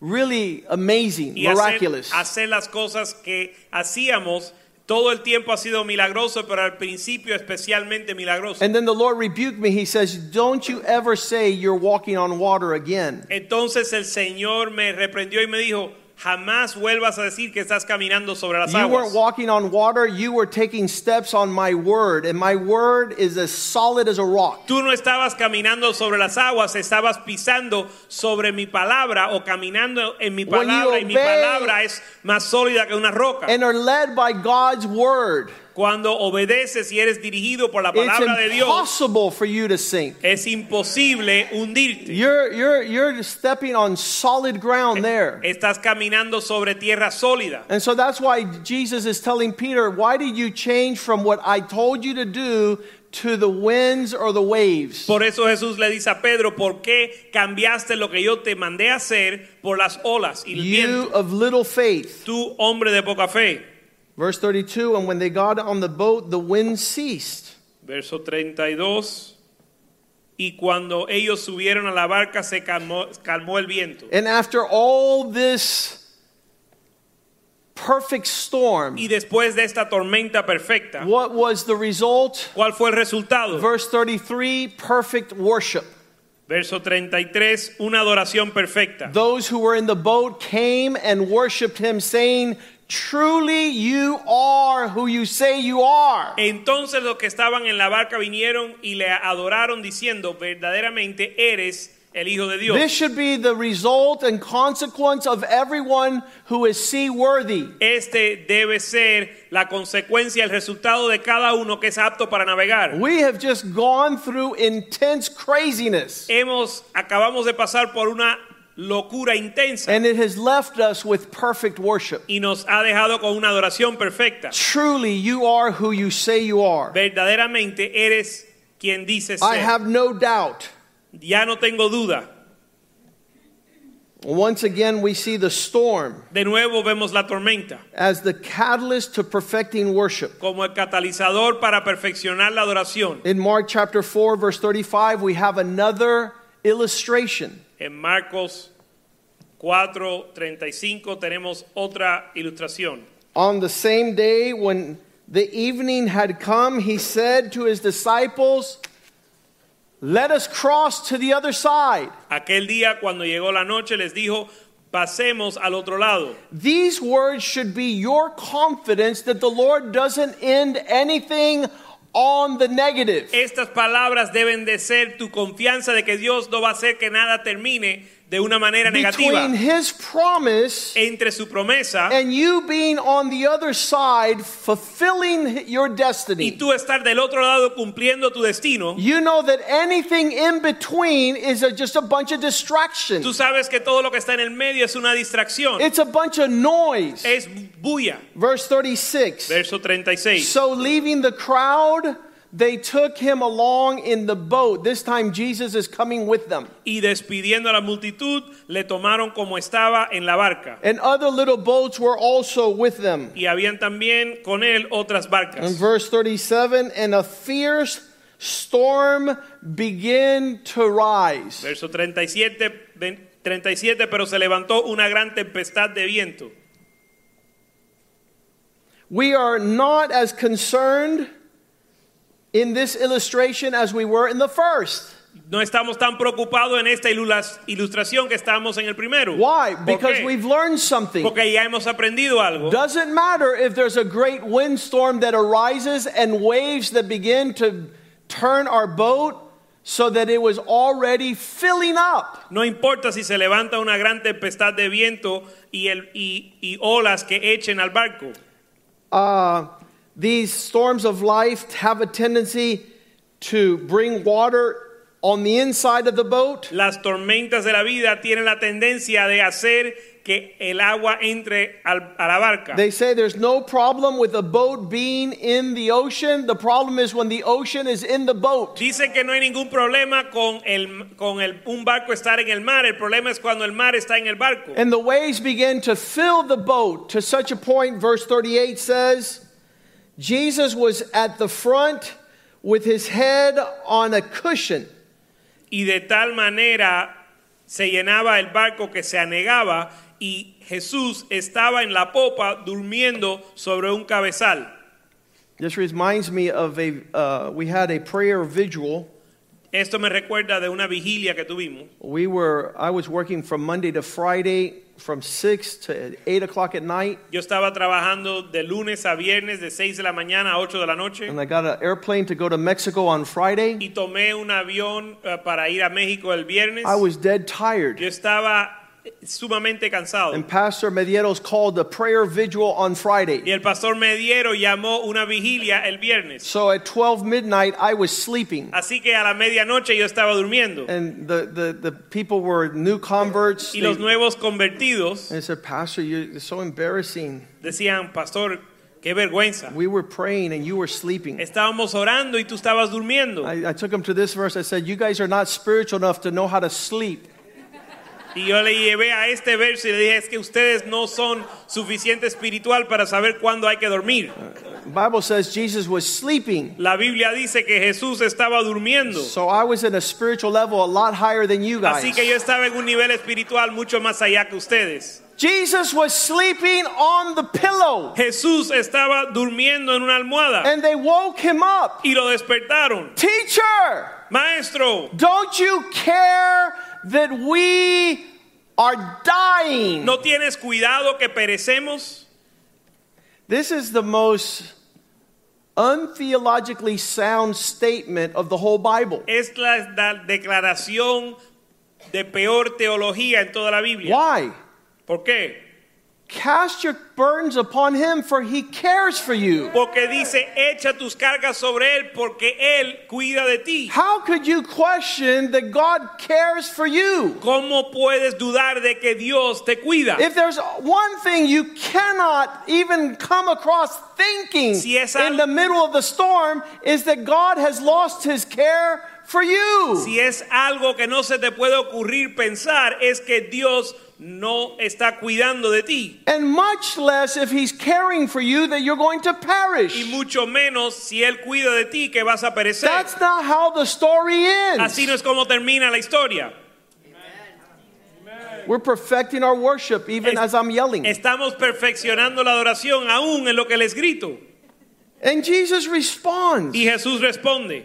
really amazing,
y hacer,
miraculous.
hacer las cosas que hacíamos. Todo el tiempo ha sido milagroso, pero al principio especialmente milagroso.
And then the Lord rebuked me. He says, Don't you ever say you're walking on water again.
Entonces el Señor me reprendió y me dijo, jamás vuelvas a decir que estás caminando sobre las
You
aguas.
weren't walking on water, you were taking steps on my word, and my word is as solid as a rock.
Tú no estabas caminando sobre las aguas, estabas pisando sobre mi palabra o caminando en mi
When you
palabra y mi
obey-
palabra es más sólida que una roca.
and are led by God's word,
Cuando obedeces y eres dirigido por la palabra de
It's
Dios,
impossible for you to sink.
es imposible hundirte.
You're, you're, you're stepping on solid ground there.
Estás caminando sobre tierra sólida.
And so that's why Jesus is telling Peter, Why did you change from what I told you to do to the winds or the waves?
Por eso Jesús le dice a Pedro, ¿por qué cambiaste lo que yo te mandé a hacer por las olas y el
You
viento?
of little faith.
Tú, hombre de poca fe.
Verse 32 And when they got on the boat, the wind ceased.
Verso 32. Y cuando ellos subieron a la barca se calmó, calmó el viento.
And after all this perfect storm,
Y después de esta tormenta perfecta,
what was the result?
¿cuál fue el resultado?
Verse 33 perfect worship.
Verso 33, una adoración perfecta.
Those who were in the boat came and worshiped him, saying, Truly you are who you say you are.
Entonces los que estaban en la barca vinieron y le adoraron diciendo, verdaderamente eres el Hijo de Dios.
This should be the result and consequence of everyone who is seaworthy.
Este debe ser la consecuencia, el resultado de cada uno que es apto para navegar.
We have just gone through intense craziness,
Hemos, acabamos de pasar por una locura intensa
and it has left us with perfect worship.
y nos ha dejado con una adoración perfecta.
Truly you are who you say you are.
Verdaderamente eres quien dices
I
ser.
have no doubt.
Ya no tengo duda.
Once again, we see the storm
De nuevo vemos la tormenta
as the catalyst to perfecting worship.
como el catalizador para perfeccionar la adoración.
In Mark chapter 4, verse 35, we have another illustration.
En Marcos 4:35 tenemos otra ilustración.
On the same day when the evening had come, he said to his disciples, Let us cross to the other side.
Aquel día cuando llegó la noche les dijo, pasemos al otro lado.
These words should be your confidence that the Lord doesn't end anything on the negative.
Estas palabras deben de ser tu confianza de que Dios no va a hacer que nada termine de una manera negativa. Eh.
Between his promise
Entre su promesa
and you being on the other side, fulfilling your
y
destiny.
tú estar del otro lado cumpliendo tu destino,
You know that anything in between is a, just a bunch of
tú
distractions.
sabes que todo lo que está en el medio es una distracción,
It's a bunch of noise.
es bulla.
Verse 36.
Verso 36.
So leaving the crowd, they took him along in the boat. This time Jesus is coming with them.
Y despidiendo a la multitud, le tomaron como estaba en la barca.
And other little boats were also with them.
Y habían también con él otras
In
barcas.
verse 37, and a fierce storm began to rise.
Verso 37, ven- 37, pero se levantó una gran tempestad de viento.
We are not as concerned in this illustration as we were in the first.
No estamos tan preocupados en esta ilula- ilustración que estamos en el primero.
Why?
¿Por
Because
qué?
we've learned something.
Porque ya hemos aprendido algo.
Doesn't matter if there's a great windstorm that arises and waves that begin to turn our boat so that it was already filling up.
No importa si se levanta una gran tempestad de viento y, el, y, y olas que echen al barco.
Uh, these storms of life have a tendency to bring water on the inside of the boat
Las tormentas de la vida tienen la tendencia de hacer que el agua entre al- a la barca.
They say there's no problem with a boat being in the ocean. The problem is when the ocean is in the boat.
Dicen que no hay ningún problema con, el, con el, un barco estar en el mar. El problema es cuando el mar está en el barco.
And the waves begin to fill the boat to such a point, verse 38 says, Jesus was at the front with his head on a cushion.
Y de tal manera se llenaba el barco que se anegaba y Jesús estaba en la popa durmiendo sobre un cabezal.
This reminds me of a, uh, we had a prayer vigil.
Esto me recuerda de una vigilia que tuvimos.
We were, I was working from Monday to Friday from 6 to 8 o'clock at night.
Yo estaba trabajando de lunes a viernes de 6 de la mañana a 8 de la noche.
And I got an airplane to go to Mexico on Friday. Ah,
y tomé un avión eh, para ir a México el viernes.
I was dead tired.
Yo estaba eh, sumamente cansado.
And Pastor Medieros called a prayer vigil on
Y
Friday.
el pastor Mediero llamó una vigilia el viernes.
So at 12 midnight, I was sleeping.
Así que a la medianoche yo estaba durmiendo.
And the, the, the people were new converts.
Y los
They,
nuevos convertidos
they said, Pastor, you're it's so embarrassing.
decían, pastor, qué vergüenza.
We were praying and you were sleeping.
Estábamos orando y tú estabas durmiendo.
I, I took him to this verse. I said, You guys are not spiritual enough to know how to sleep.
Y yo le llevé a este verso y le dije, es que ustedes no son suficiente espiritual para saber cuándo hay que dormir.
The Bible says Jesus was sleeping.
La Biblia dice que Jesús estaba durmiendo.
So I was in a spiritual level a lot higher than you
Así
guys.
que yo estaba en un nivel espiritual mucho más allá que ustedes.
Jesus was sleeping on the pillow.
Jesús estaba durmiendo en una almohada
And they woke him up.
y lo despertaron.
Teacher,
Maestro,
don't you care that we are dying?
¿no tienes cuidado que perecemos?
This is the most untheologically sound statement of the whole Bible.
Es la da- declaración de peor teología en toda la Biblia.
Why?
¿Por qué?
Cast your burdens upon him, for he cares for you.
Porque dice, echa tus cargas sobre Él porque Él cuida de ti.
How could you question that God cares for you?
¿Cómo puedes dudar de que Dios te cuida?
If there's one thing you cannot even come across thinking
Si es
in
al-
the middle of the storm is that God has lost his care for you.
Si es algo que no se te puede ocurrir pensar, es que Dios no está cuidando de ti.
And much less if he's caring for you that you're going to
Y
perish.
mucho menos si Él cuida de ti que vas a perecer.
That's not how the story ends.
Así no es como termina la historia.
We're perfecting our worship even
Es-
as I'm yelling.
Estamos perfeccionando la adoración aún en lo que les grito.
and Jesus responds.
Y Jesús responde,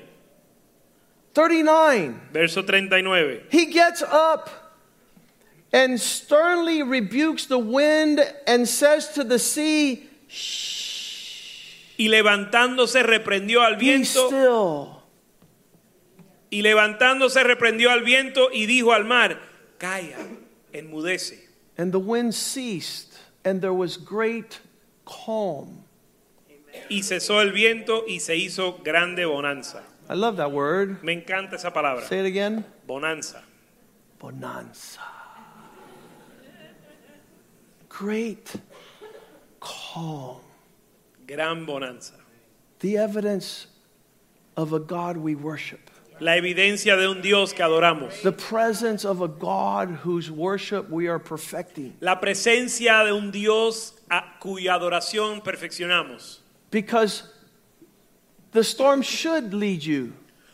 39.
verso 39.
He gets up and sternly rebukes the wind and says to the sea,
Y levantándose reprendió al
Be
viento,
still.
y levantándose reprendió al viento y dijo al mar, calla, enmudece.
And the wind ceased, and there was great calm.
Y cesó el viento y se hizo grande bonanza.
I love that word.
Me encanta esa palabra,
Say it again.
bonanza.
Bonanza. Great calm.
gran bonanza.
The evidence of a God we worship.
La evidencia de un Dios que adoramos.
The presence of a God whose worship we are perfecting.
La presencia de un Dios a cuya adoración perfeccionamos.
Because the storm should lead you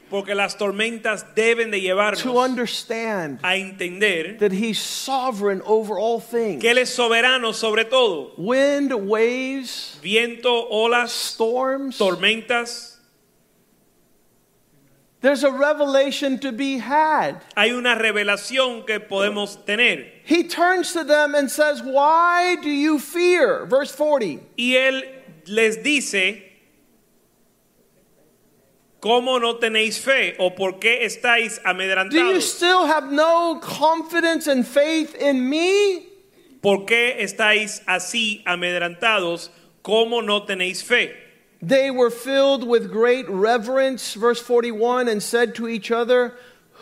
Porque las tormentas deben de
to
llevarnos
understand
a entender
that He's sovereign over all things.
que Él es soberano sobre todo.
Wind, waves,
Viento, olas,
storms.
tormentas.
There's a revelation to be had.
Hay una revelación que podemos tener.
He turns to them and says, Why do you fear? Verse 40.
Y Él les dice, ¿cómo no tenéis fe? ¿O por qué estáis
Do you
amedrantados?
still have no confidence and faith in me?
¿Por qué estáis así amedrantados? ¿Cómo no tenéis fe?
They were filled with great reverence, verse 41, and said to each other,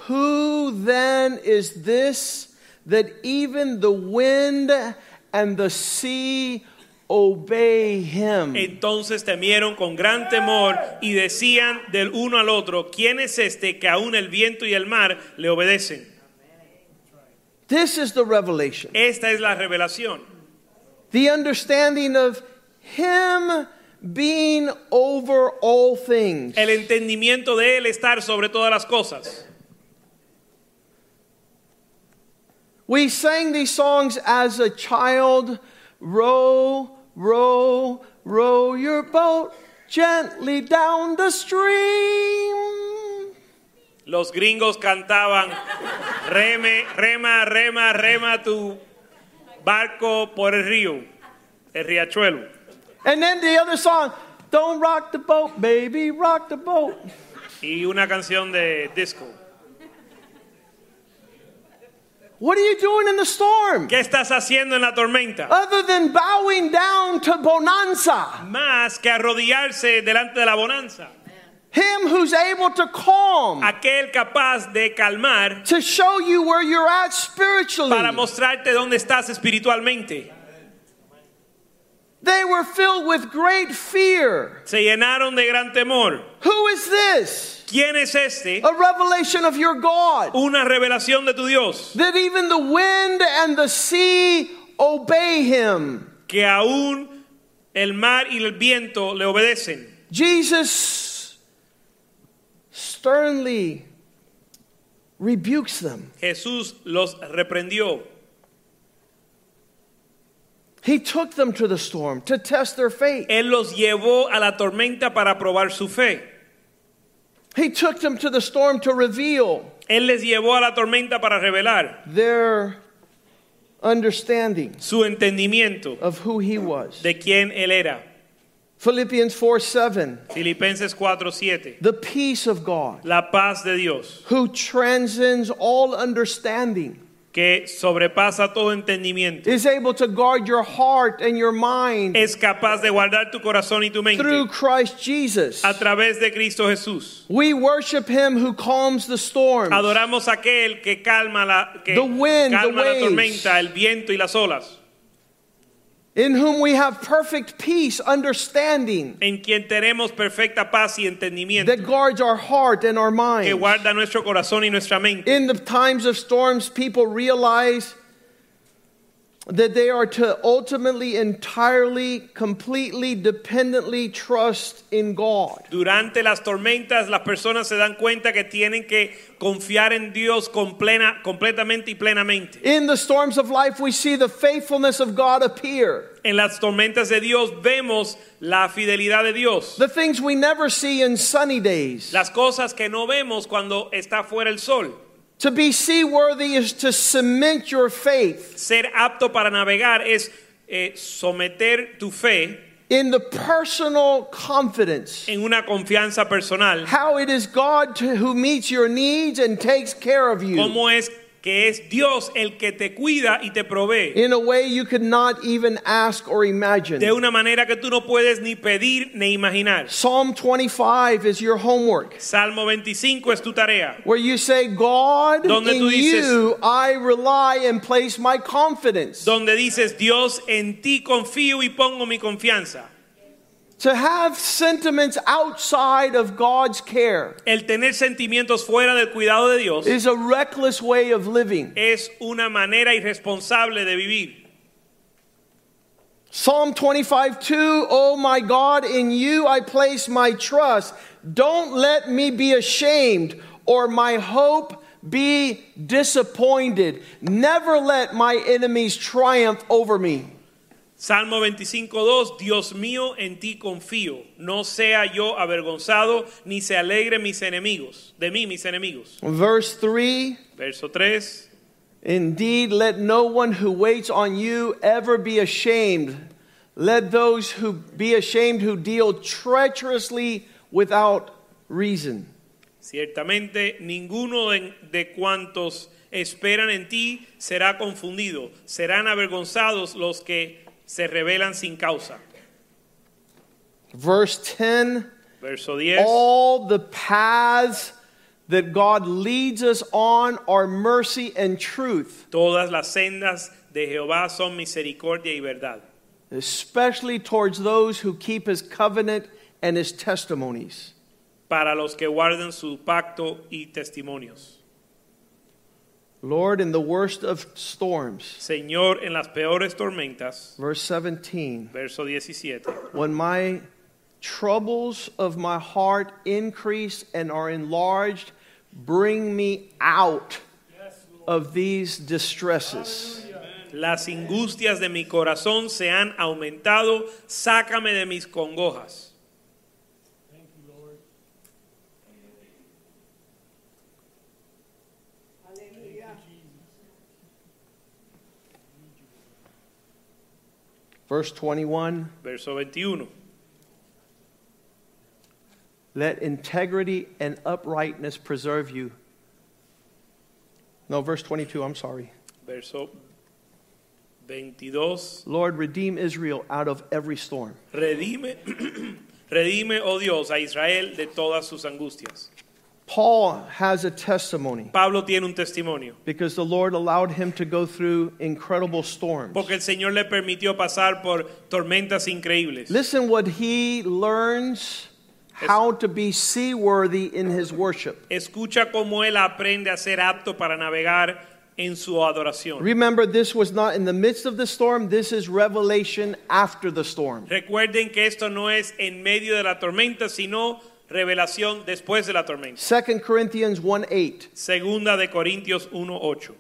Who then is this that even the wind and the sea obey him?
Entonces temieron con gran temor y decían del uno al otro, ¿quién es este que aún el viento y el mar le obedecen?
This is the revelation,
Esta es la revelación,
the understanding of him being over all things.
el entendimiento de él estar sobre todas las cosas.
We sang these songs as a child. Row, row, row your boat gently down the stream.
Los gringos cantaban, reme, rema, rema, rema tu barco por el río, el riachuelo.
And then the other song, Don't Rock the Boat, Baby, Rock the Boat.
Y una canción de disco.
What are you doing in the storm?
¿Qué estás haciendo en la tormenta?
Other than bowing down to Bonanza,
Más que arrodillarse delante de la bonanza.
him who's able to calm,
Aquel capaz de calmar
to show you where you're at
para
spiritually.
mostrarte dónde estás espiritualmente.
They were filled with great fear.
Se llenaron de gran temor.
Who is this?
¿Quién es este?
A revelation of your God,
Una revelación de tu Dios.
that even the wind and the sea obey him.
Que aún el mar y el viento le obedecen.
Jesus sternly rebukes them.
Jesús los reprendió.
He took them to the storm to test their faith.
Él los llevó a la tormenta para probar su fe.
He took them to the storm to reveal
Él les llevó a la tormenta para revelar
their understanding
su entendimiento
of who he was.
de quién Él era.
Philippians 4 7.
Filipenses 4:7.
The peace of God,
La paz de Dios,
who transcends all understanding,
que sobrepasa todo entendimiento,
is able to guard your heart and your mind
es capaz de guardar tu corazón y tu mente
through Christ Jesus.
a través de Cristo Jesús.
We worship him who calms the storm.
Adoramos a aquel que calma la, que
The wind, the
calma la
waves.
tormenta, el viento y las olas,
in whom we have perfect peace, understanding
en quien tenemos perfecta paz y entendimiento,
that guards our heart and our
que
mind.
guarda nuestro corazón y nuestra mente.
In the times of storms, people realize that they are to ultimately, entirely, completely, dependently trust in God.
Durante las tormentas las personas se dan cuenta que tienen que confiar en Dios con plena, completamente y plenamente.
In the storms of life, we see the faithfulness of God appear.
En las tormentas de Dios vemos la fidelidad de Dios.
The things we never see in sunny days.
Las cosas que no vemos cuando está fuera el sol.
To be seaworthy is to cement your faith
Ser apto para navegar es eh, someter tu fe
in the personal confidence
en una confianza personal.
how it is God to- who meets your needs and takes care of you
Como es que es Dios el que te cuida y te provee
in a way you could not even ask or
de
imagine.
una manera que tú no puedes ni pedir ni imaginar.
Psalm 25 is your homework,
Salmo 25 es tu tarea.
where you say, God,
Donde
in
tú dices-
you I rely and place my confidence.
Donde dices, Dios, en ti confío y pongo mi confianza.
To have sentiments outside of God's care
El tener sentimientos fuera del cuidado de Dios
is a reckless way of living.
es una manera irresponsable de vivir.
Psalm 25 2, oh my God, in you I place my trust. Don't let me be ashamed or my hope be disappointed. Never let my enemies triumph over me.
Salmo 25.2, Dios mío, en ti confío. No sea yo avergonzado, ni se alegre mis enemigos, de mí mis enemigos.
Verse 3
Verso 3,
Indeed, let no one who waits on you ever be ashamed. Let those who be ashamed who deal treacherously without reason.
ciertamente ninguno de, de cuantos esperan en ti será confundido. Serán avergonzados los que se rebelan sin causa.
Verse 10
Verso 10.
All the paths that God leads us on are mercy and truth,
Todas las sendas de Jehová son misericordia y verdad,
especially towards those who keep his covenant and his testimonies.
para los que guardan su pacto y testimonios.
Lord, in the worst of storms,
Señor, en las peores tormentas,
verse 17,
verso 17,
when my troubles of my heart increase and are enlarged, bring me out of these distresses.
las angustias de mi corazón se han aumentado, sácame de mis congojas.
Verse 21.
Verso 21,
Let integrity and uprightness preserve you. No, verse 22, I'm sorry.
verso 22.
Lord, redeem Israel out of every storm.
Redime, redime, oh Dios, a Israel de todas sus angustias.
Paul has a testimony
Pablo tiene un testimonio,
because the Lord allowed him to go through incredible storms.
porque el Señor le permitió pasar por tormentas increíbles.
Listen what he learns how to be seaworthy in his worship.
Escucha cómo él aprende a ser apto para navegar en su adoración.
Remember, this was not in the midst of the storm, this is revelation after the storm.
Recuerden que esto no es en medio de la tormenta, sino revelación después de la tormenta.
2 Corinthians 1 8.
Segunda de Corintios 1:8.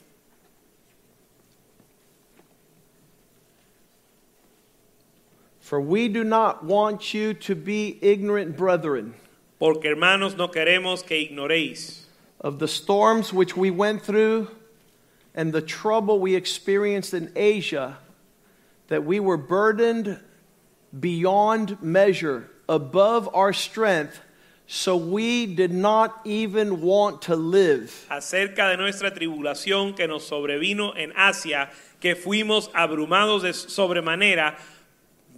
For we do not want you to be ignorant, brethren,
Porque hermanos, no queremos que ignoréis
of the storms which we went through and the trouble we experienced in Asia, that we were burdened beyond measure, above our strength, so we did not even want to live.
acerca de nuestra tribulación que nos sobrevino en Asia, que fuimos abrumados de sobremanera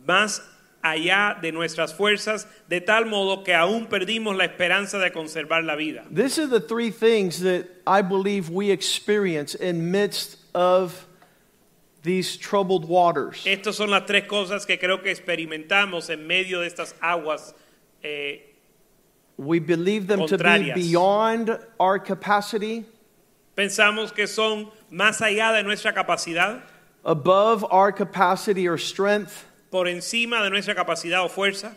más allá de nuestras fuerzas, de tal modo que aún perdimos la esperanza de conservar la vida.
This are the three things that I believe we experience in midst of these troubled waters.
Estas son las tres cosas que creo que experimentamos en medio de estas aguas. eh,
We believe them to be
Contrarias.
beyond our capacity,
pensamos que son más allá de nuestra capacidad,
above our capacity or strength,
por encima de nuestra capacidad o fuerza,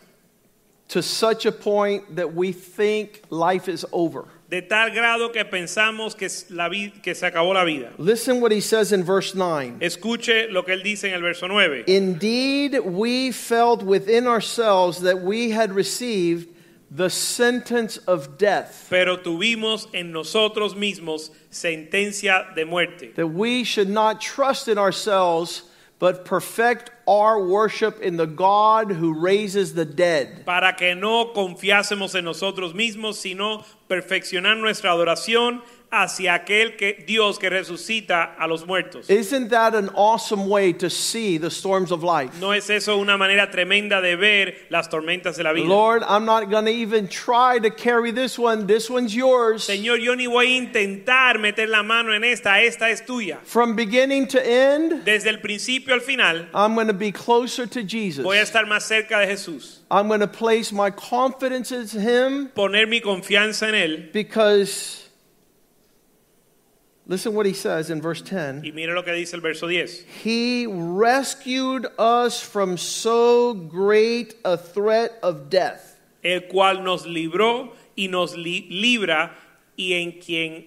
to such a point that we think life is over.
de tal grado que pensamos que, es la vi- que se acabó la vida.
Listen what he says in verse 9.
Escuche lo que él dice en el verso 9.
Indeed, we felt within ourselves that we had received the sentence of death,
Pero tuvimos en nosotros mismos sentencia de muerte,
that we should not trust in ourselves, but perfect our worship in the God who raises the dead.
para que no confiásemos en nosotros mismos, sino perfeccionar nuestra adoración hacia aquel que Dios que resucita a los muertos.
Isn't that an awesome way to see the storms of life?
¿No es eso una manera tremenda de ver las tormentas de la vida?
Lord, I'm not going to even try to carry this one. This one's yours.
Señor, yo ni voy a intentar meter la mano en esta, esta es tuya.
From beginning to end,
Desde el principio al final
I'm going to be closer to Jesus.
voy a estar más cerca de Jesús,
I'm going to place my confidence in Him
poner mi confianza en Él.
because, listen what He says in verse 10
Y mire lo que dice el verso 10.
He rescued us from so great a threat of death.
el cual nos libró y nos li- libra y en quien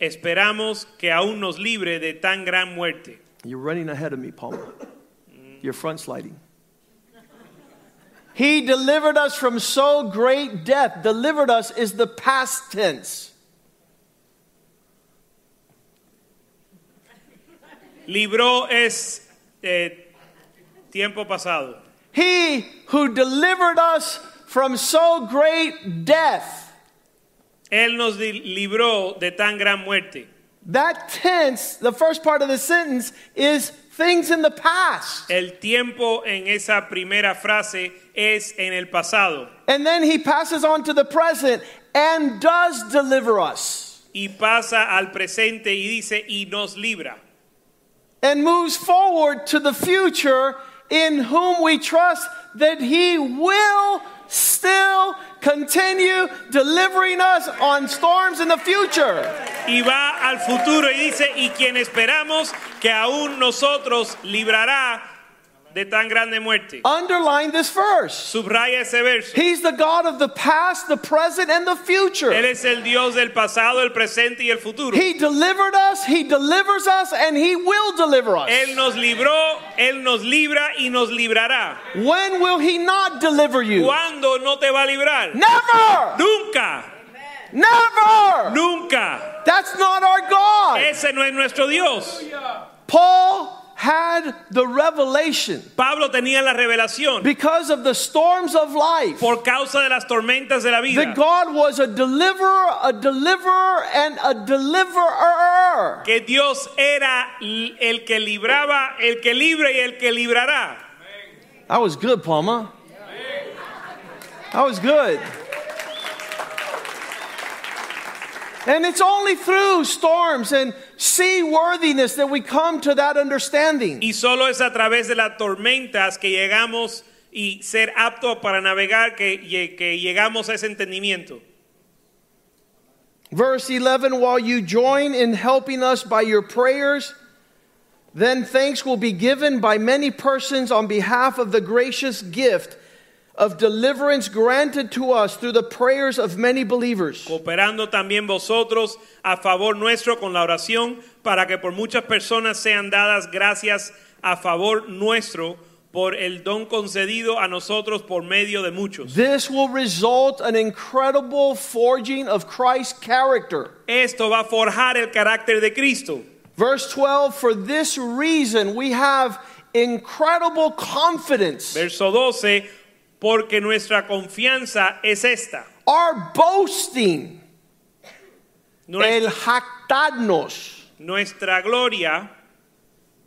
esperamos que aún nos libre de tan gran muerte.
You're running ahead of me, Palmer. You're front sliding. He delivered us from so great death. Delivered us is the past tense.
Libró es eh, tiempo pasado.
He who delivered us from so great death.
Él nos di- libró de tan gran muerte.
That tense, the first part of the sentence, is things in the past.
El tiempo en esa primera frase es en el pasado
And then he passes on to the present and does deliver us
y pasa al presente y dice y nos libra.
and moves forward to the future in whom we trust that he will still continue delivering us on storms in the future.
Y va al futuro y dice, y quien esperamos que aún nosotros librará de tan grande muerte.
Underline this verse.
Subraya ese verso.
He's the God of the past, the present, and the future.
Él es el Dios del pasado, el presente y el futuro.
He delivered us, He delivers us, and He will deliver us.
Él nos libró, Él nos libra y nos librará.
When will He not deliver you?
¿Cuándo no te va a librar?
Never!
Nunca,
Never!
nunca.
That's not our God.
Ese no es nuestro Dios.
Paul had the revelation
Pablo tenía la revelación
because of the storms of life
por causa de las tormentas de la vida
that God was a deliverer, a deliverer, and a deliverer.
que Dios era l- el que libraba, el que libre y el que librará.
That was good, Palma. That was good. And it's only through storms and seaworthiness that we come to that understanding.
Y solo es a través de las tormentas que llegamos y ser aptos para navegar que, lle- que llegamos a ese entendimiento.
Verse 11 While you join in helping us by your prayers, then thanks will be given by many persons on behalf of the gracious gift of deliverance granted to us through the prayers of many believers.
Cooperando también vosotros a favor nuestro con la oración para que por muchas personas sean dadas gracias a favor nuestro por el don concedido a nosotros por medio de muchos.
This will result an incredible forging of Christ's character.
Esto va a forjar el carácter de Cristo.
Verse 12 For this reason we have incredible confidence.
Verso 12, porque nuestra confianza es esta.
Our boasting,
Nues-
el jactarnos.
Nuestra gloria,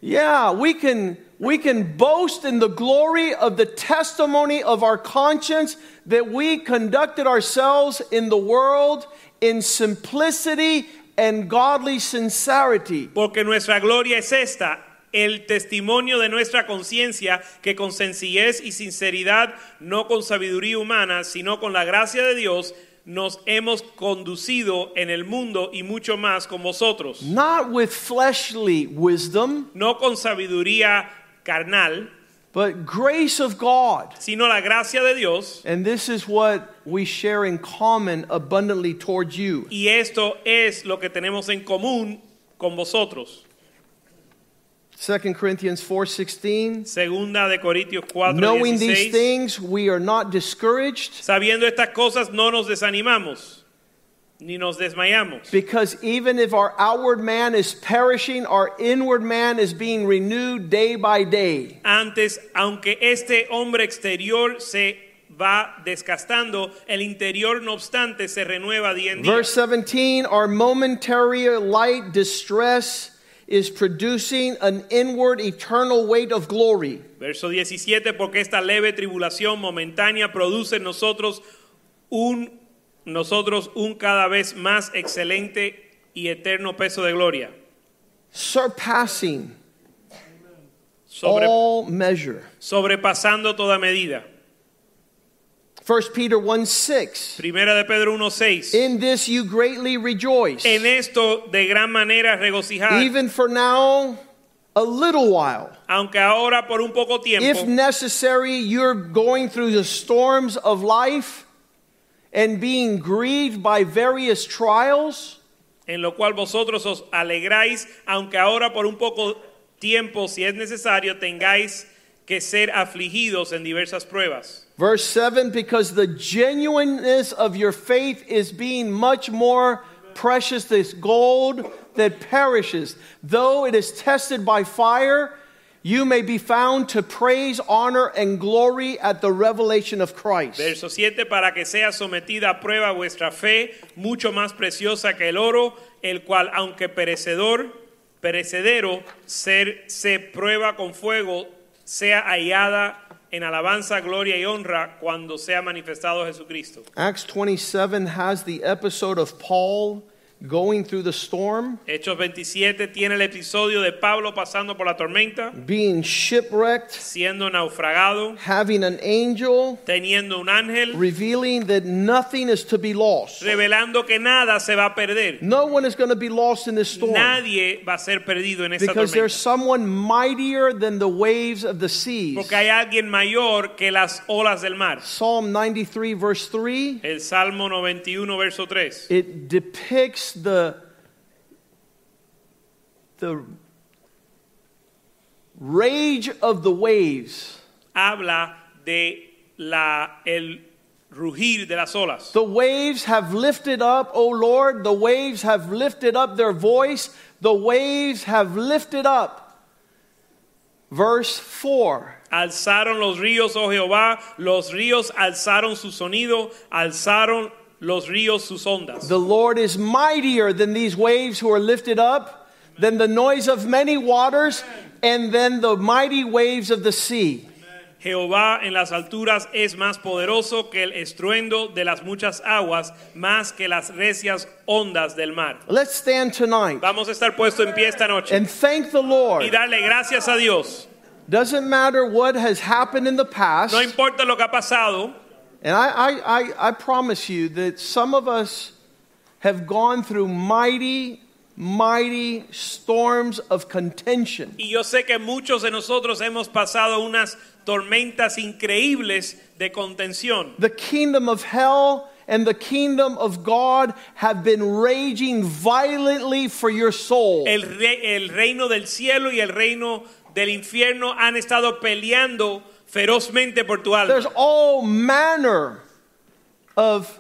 Yeah, we can we can boast in the glory of the testimony of our conscience that we conducted ourselves in the world in simplicity and godly sincerity.
porque nuestra gloria es esta. El testimonio de nuestra conciencia que con sencillez y sinceridad, no con sabiduría humana, sino con la gracia de Dios, nos hemos conducido en el mundo y mucho más con vosotros.
Not with fleshly wisdom,
No con sabiduría carnal,
but grace of God.
sino la gracia de Dios.
And this is what we share in common abundantly towards you.
Y esto es lo que tenemos en común con vosotros.
2 Corinthians 4:16
Segunda de Corintios 4,
Knowing these
16.
things, we are not discouraged.
Sabiendo estas cosas no nos desanimamos ni nos desmayamos,
Because even if our outward man is perishing, our inward man is being renewed day by day.
antes aunque este hombre exterior se va desgastando, el interior no obstante se renueva día en día.
Verse 17 Our momentary light distress is producing an inward eternal weight of glory.
Verso 17, porque esta leve tribulación momentánea produce en nosotros un nosotros un cada vez más excelente y eterno peso de gloria,
Surpassing
sobre-
all measure.
sobrepasando toda medida.
1 Peter 1 6.
Primera de Pedro 1:6.
In this you greatly rejoice,
En esto de gran manera regocijad
even for now, a little while.
aunque ahora por un poco
If
tiempo,
necessary, you're going through the storms of life and being grieved by various trials,
en lo cual vosotros os alegráis, aunque ahora por un poco tiempo, si es necesario, tengáis que ser afligidos en diversas pruebas.
verse 7 because the genuineness of your faith is being much more precious than gold that perishes, though it is tested by fire. You may be found to praise, honor, and glory at the revelation of Christ.
Verso 7, para que sea sometida a prueba vuestra fe, mucho más preciosa que el oro, el cual, aunque perecedor, perecedero, ser, se prueba con fuego, sea hallada en alabanza, gloria y honra cuando sea manifestado Jesucristo.
Acts 27 has the episode of Paul going through the storm.
Hechos 27 tiene el episodio de Pablo pasando por la tormenta,
being shipwrecked,
siendo naufragado,
having an angel
teniendo un ángel,
revealing that nothing is to be lost.
revelando que nada se va a perder.
No one is going to be lost in this storm
Nadie va a ser perdido en esta
because there's
tormenta.
someone mightier than the waves of the seas.
Porque hay alguien mayor que las olas del mar.
Psalm 93, verse 3,
El Salmo 91, verso 3.
it depicts the, the rage of the waves,
Habla de la, el rugir de las olas.
The waves have lifted up, O Lord, the waves have lifted up their voice, the waves have lifted up verse 4.
Alzaron los ríos, oh Jehová, los ríos alzaron su sonido, alzaron los ríos sus ondas.
The Lord is mightier than these waves who are lifted up, than the noise of many waters, and than the mighty waves of the sea.
Jehová en las alturas es más poderoso que el estruendo de las muchas aguas, más que las recias ondas del mar.
Let's stand tonight
Vamos a estar puesto en pie esta noche
and thank the
y
Lord.
darle gracias a Dios.
Doesn't matter what has happened in the past.
No importa lo que ha pasado,
And I, I, I, I promise you that some of us have gone through mighty, mighty storms of contention.
y yo sé que muchos de nosotros hemos pasado unas tormentas increíbles de contención.
The kingdom of hell and the kingdom of God have been raging violently for your soul.
El, re- el reino del cielo y el reino del infierno han estado peleando ferozmente por tu alma.
There's all manner of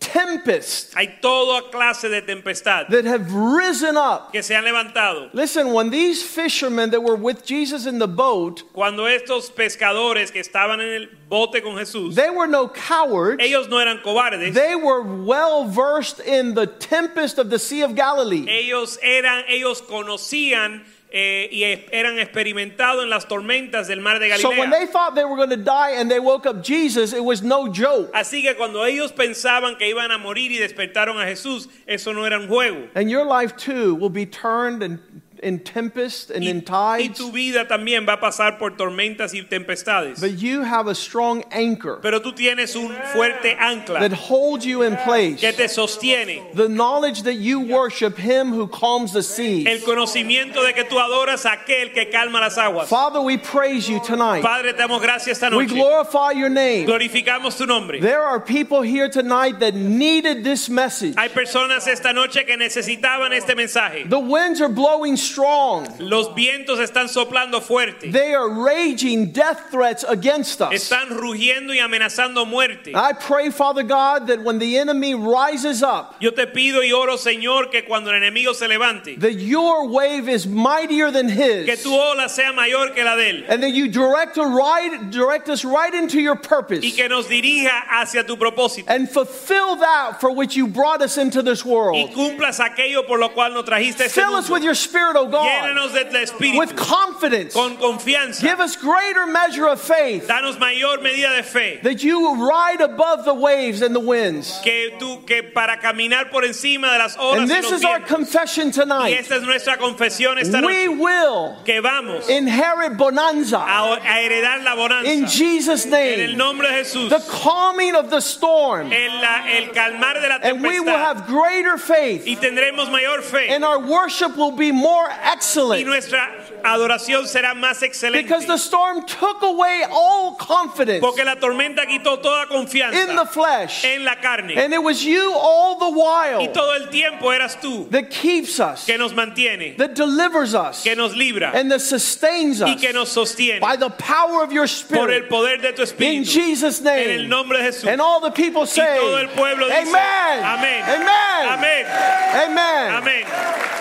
tempest
Hay toda clase de tempestad
that have risen up.
que se han levantado.
Listen, when these fishermen that were with Jesus in the boat,
Cuando estos pescadores que estaban en el bote con Jesús,
they were no cowards.
ellos no eran cobardes,
They were well versed in the tempest of the Sea of Galilee.
ellos eran, ellos conocían eh, y e- eran experimentados en las tormentas del mar de
So when
Galilea.
they thought they were going to die and they woke up Jesus, it was no joke.
Así que cuando ellos pensaban que iban a morir y despertaron a Jesús, eso no era un juego.
And your life too will be turned in, in tempest and
Y,
in
y
tides.
tu vida también va a pasar por tormentas y tempestades.
But you have a strong anchor
Pero tú tienes un fuerte
that
ancla
holds you in place.
que te sostiene.
The knowledge that you worship Him who calms the sea.
El conocimiento de que tú adoras a aquel que calma las aguas.
Father, we praise you tonight.
Padre, te damos gracias esta
We
noche.
glorify your name.
Glorificamos tu nombre.
There are people here tonight that needed this message.
Hay personas esta noche que necesitaban este mensaje.
The winds are blowing strong.
Los vientos están soplando fuerte.
They are raging death threats against us.
Están rugiendo y amenazando muerte.
I pray, Father God, that when the enemy rises up,
Yo te pido y oro, Señor, que cuando el enemigo se levante,
that your wave is mightier than
que
his,
tu ola sea mayor que la de él
and that you direct, a right, direct us right into your
y
purpose
que nos dirija hacia tu propósito
and fulfill that for which you brought us into this
y
world.
cumplas aquello por lo cual nos trajiste a este
Fill us
mundo.
with your spirit, O God,
Llénanos del
with
Espíritu
confidence.
con confianza.
Give us greater measure of faith
Danos mayor medida de fe.
that you ride above the waves and the winds.
Que tú, que para caminar por encima de las olas
And
y
this
los
is our
vientos.
confession
Y
tonight.
esta es nuestra confesión esta noche.
We will
Que vamos
inherit bonanza
a, a heredar la bonanza.
in Jesus'
en el
name,
nombre de Jesús.
the calming of the storm,
El, la- el calmar de la
and we will
tempestad.
have greater faith,
y tendremos mayor fe.
and our worship will be more
Y
excellent
nuestra adoración será más excelente.
because the storm took away all confidence
Porque la tormenta quitó toda
in the
confianza
flesh,
en la carne.
and it was you all the
Y
while
todo el tiempo eras tú
that keeps us,
que nos mantiene,
that delivers us,
que nos libra
and that sustains
y
us
que nos sostiene
by the power of your
por el
spirit
poder de tu
in
espíritu.
Jesus'
En el
name.
nombre de Jesús.
And all the people
Y todo
say,
el pueblo dice,
Amen.
amén,
Amen.
amén,
Amen.
amén,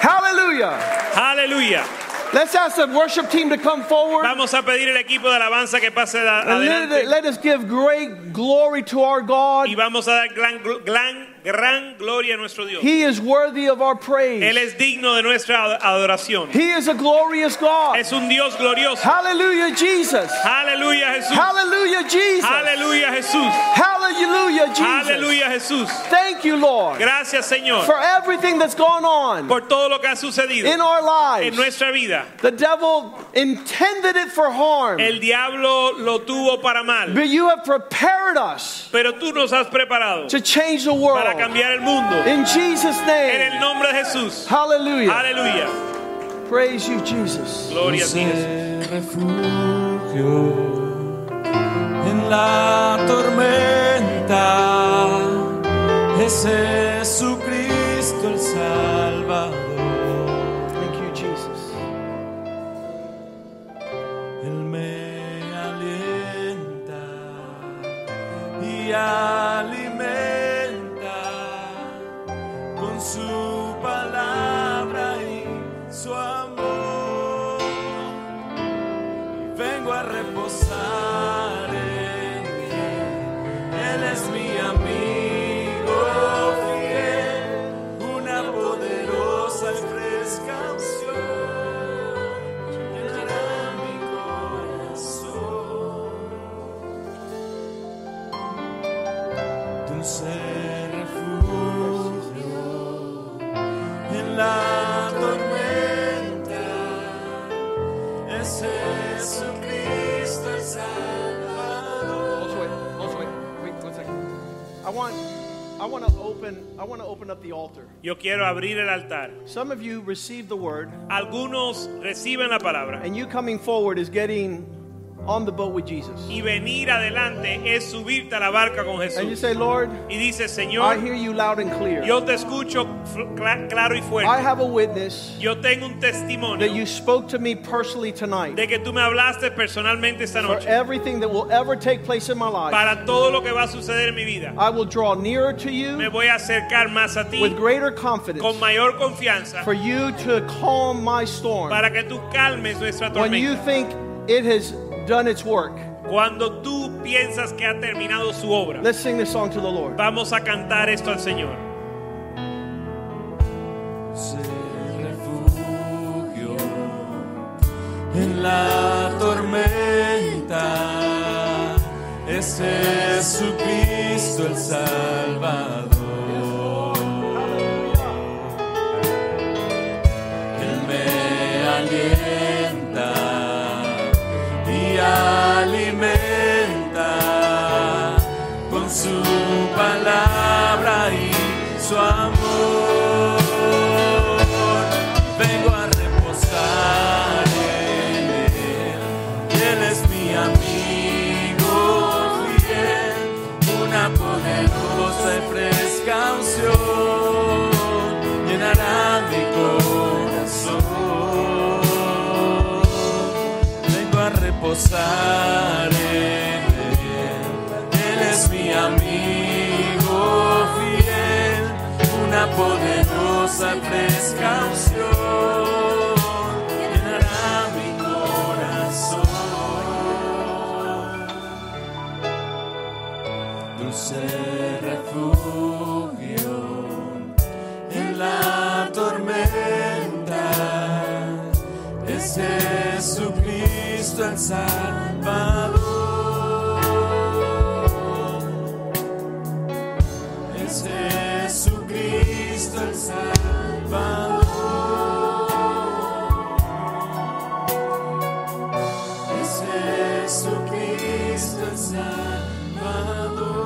Hallelujah.
aleluya.
Let's ask the worship team to come forward
Vamos a pedir al equipo de alabanza que pase a-
and
adelante.
let, let us give great glory to our God.
y vamos a dar gran, gl- gran, gran gloria a nuestro Dios.
He is worthy of our
Él
praise.
es digno de nuestra ad- adoración.
He is a glorious God.
Es un Dios glorioso.
Hallelujah, Jesus.
Aleluya Jesús.
Hallelujah, Jesus.
Aleluya Jesús.
Hallelujah, Jesus.
Aleluya Jesús.
Thank you, Lord,
Gracias Señor
for everything that's gone on
por todo lo que ha sucedido
in our
en
lives.
nuestra vida.
The devil intended it for harm,
El diablo lo tuvo para mal,
but you have prepared us
pero tú nos has preparado
to change the
para
world.
cambiar el mundo.
In Jesus'
En
name.
el nombre de Jesús.
Hallelujah.
Aleluya.
Praise you, Jesus.
Gloria a ti Jesús.
refugio en la tormenta es Jesucristo el Salvador.
Thank you, Jesus.
Él me alienta y alimenta con su palabra y su amor.
want to open I want to open up the altar.
Yo quiero abrir el altar.
Some of you received the word
Algunos reciben la palabra
and you coming forward is getting on the boat with Jesus.
y venir adelante es subirte a la barca con
And you
Jesús.
say, "Lord,
Y dice,
I
Señor,
hear you loud and clear.
yo te escucho fl- cla- claro y
I
fuerte.
have a witness
Yo tengo un
that you
testimonio
spoke to me personally tonight
de que tú me hablaste personalmente esta
for
noche
everything that will ever take place in my life.
para todo lo que va a suceder en mi vida.
I will draw nearer to
Me
you
voy a acercar más a ti
with greater
con
confidence
mayor confianza
for you to calm my storm
para que tú calmes nuestra
when you
tormenta.
think it has done its work."
Cuando tú piensas que ha terminado su obra,
Let's sing this song to the Lord.
vamos a cantar esto al Señor.
se refugio en la tormenta. Es Jesucristo el Salvador. Él me alienta y alimenta con su palabra y su amor. Vengo a reposar en él. y Él es mi amigo fiel, una poderosa y fresca unción llenará mi corazón vengo a reposar en Él. Él es mi amigo fiel, una poderosa y fresca unción llenará mi corazón. Dulce refugio en la tormenta es Jesucristo el Salvador. Es Jesucristo el Salvador. Es Jesucristo el Salvador.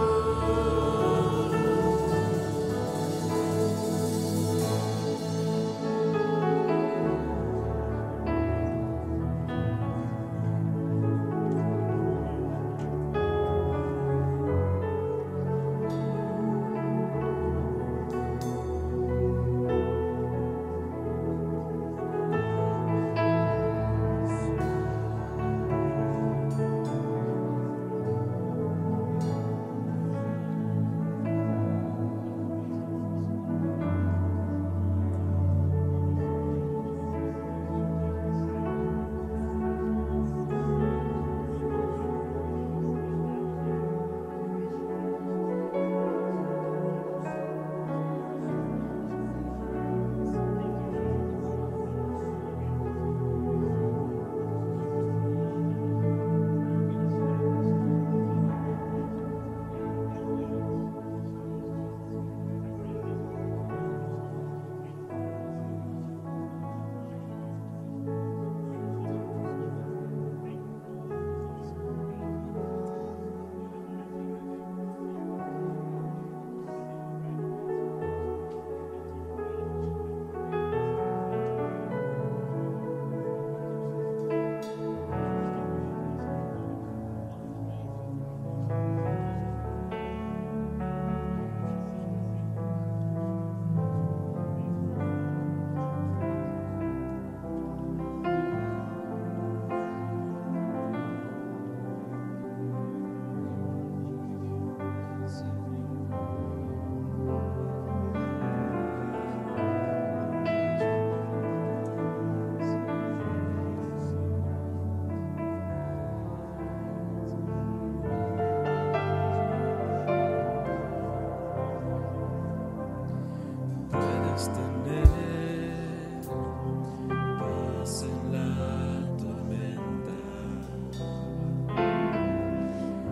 Puedes tener paz en la tormenta,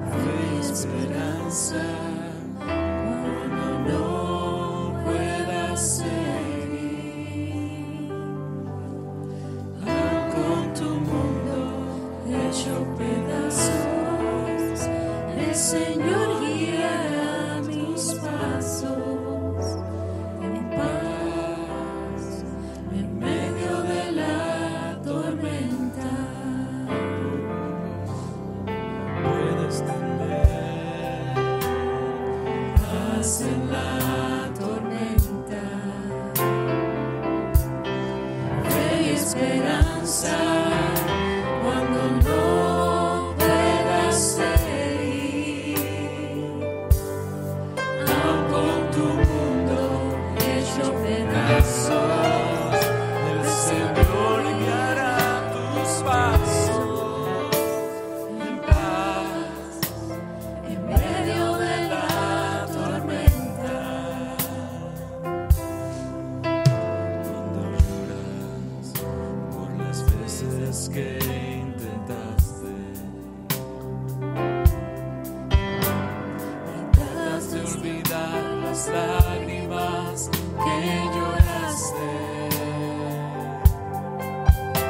fe y esperanza cuando no puedas seguir. Aun con tu mundo hecho pedazos, el Señor guiará tus pasos.
hecho pedazos. El Señor guiará tus pasos en paz, en medio de la tormenta. Cuando lloras por las veces que intentaste. Tratas de olvidar las lágrimas que lloraste.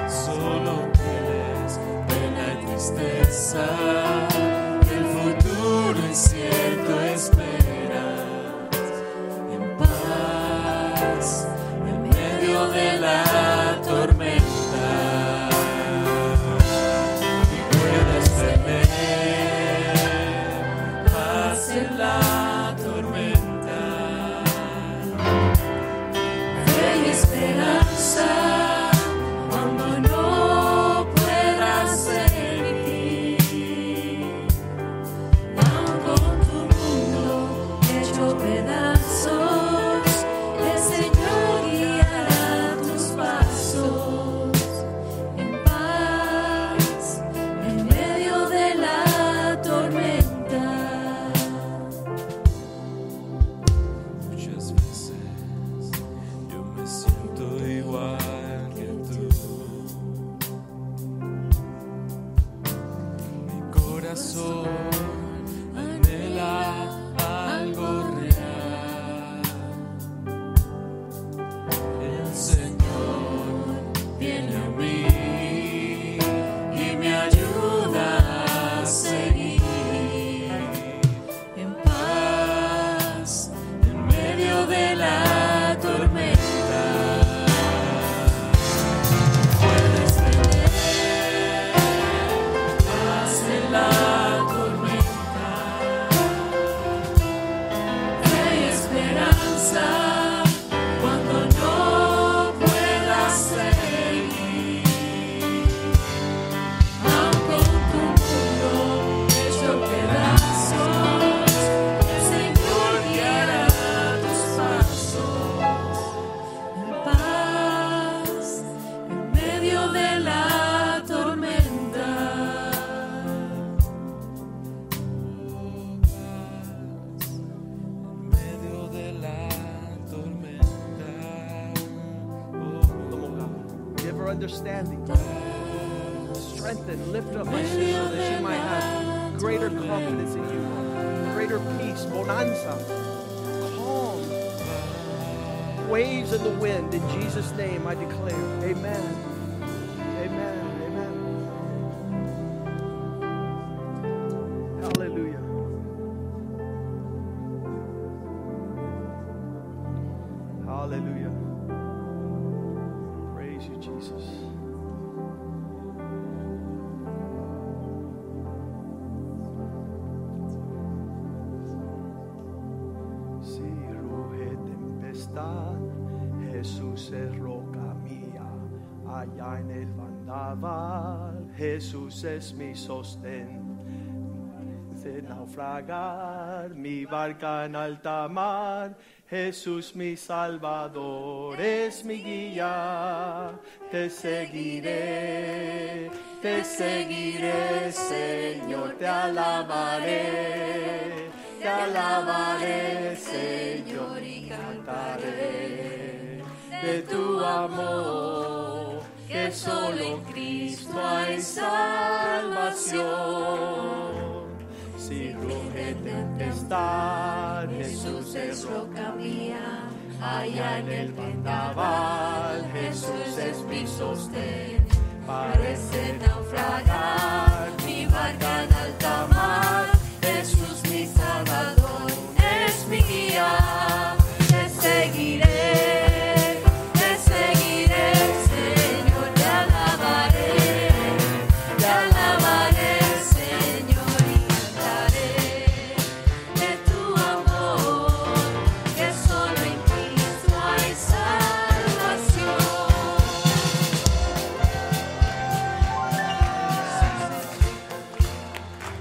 Solo tienes pena y tristeza. El futuro incierto esperas. En paz, en medio de la tormenta. Y puedes temer paz en la tormenta. Fe y esperanza cuando no puedas seguir. Aun con tu mundo hecho pedazos, el Señor guiará tus pasos en paz en medio de la tormenta. Muchas veces yo me siento igual que tú. Mi corazón anhela algo real. El Señor viene a mí y me ayuda a seguir en paz en medio de la tormenta. Puedes tener paz en la tormenta. Hay esperanza cuando no puedas seguir. Aun con tu mundo hecho pedazos, el Señor guiará tus pasos en paz en medio de la tormenta. En medio de la tormenta.
Come on, God. Give her understanding. Strengthen, lift up my sister that she might have greater confidence in you, greater peace, bonanza, calm, waves in the wind. In Jesus' name I declare, Amen. Amen. Amen. Hallelujah. Hallelujah. Praise you, Jesus. Si ruge tempestad, Jesús es roca mía. Allá en el bandaval, Jesús es mi sostén. De naufragar, mi barca en alta mar, Jesús mi salvador es mi guía. Te seguiré, te seguiré, Señor, te alabaré, te alabaré, Señor, y cantaré de tu amor, que solo en Cristo hay salvación. Si ruge tempestad, Jesús es roca mía. Allá en el vendaval, Jesús es mi sostén. Parece naufragar mi barca en alta mar. Jesús mi salvador es mi guía. Te seguiré, te seguiré, Señor, te alabaré. Te alabaré, Señor, y cantaré de tu amor, que solo en Cristo hay salvación.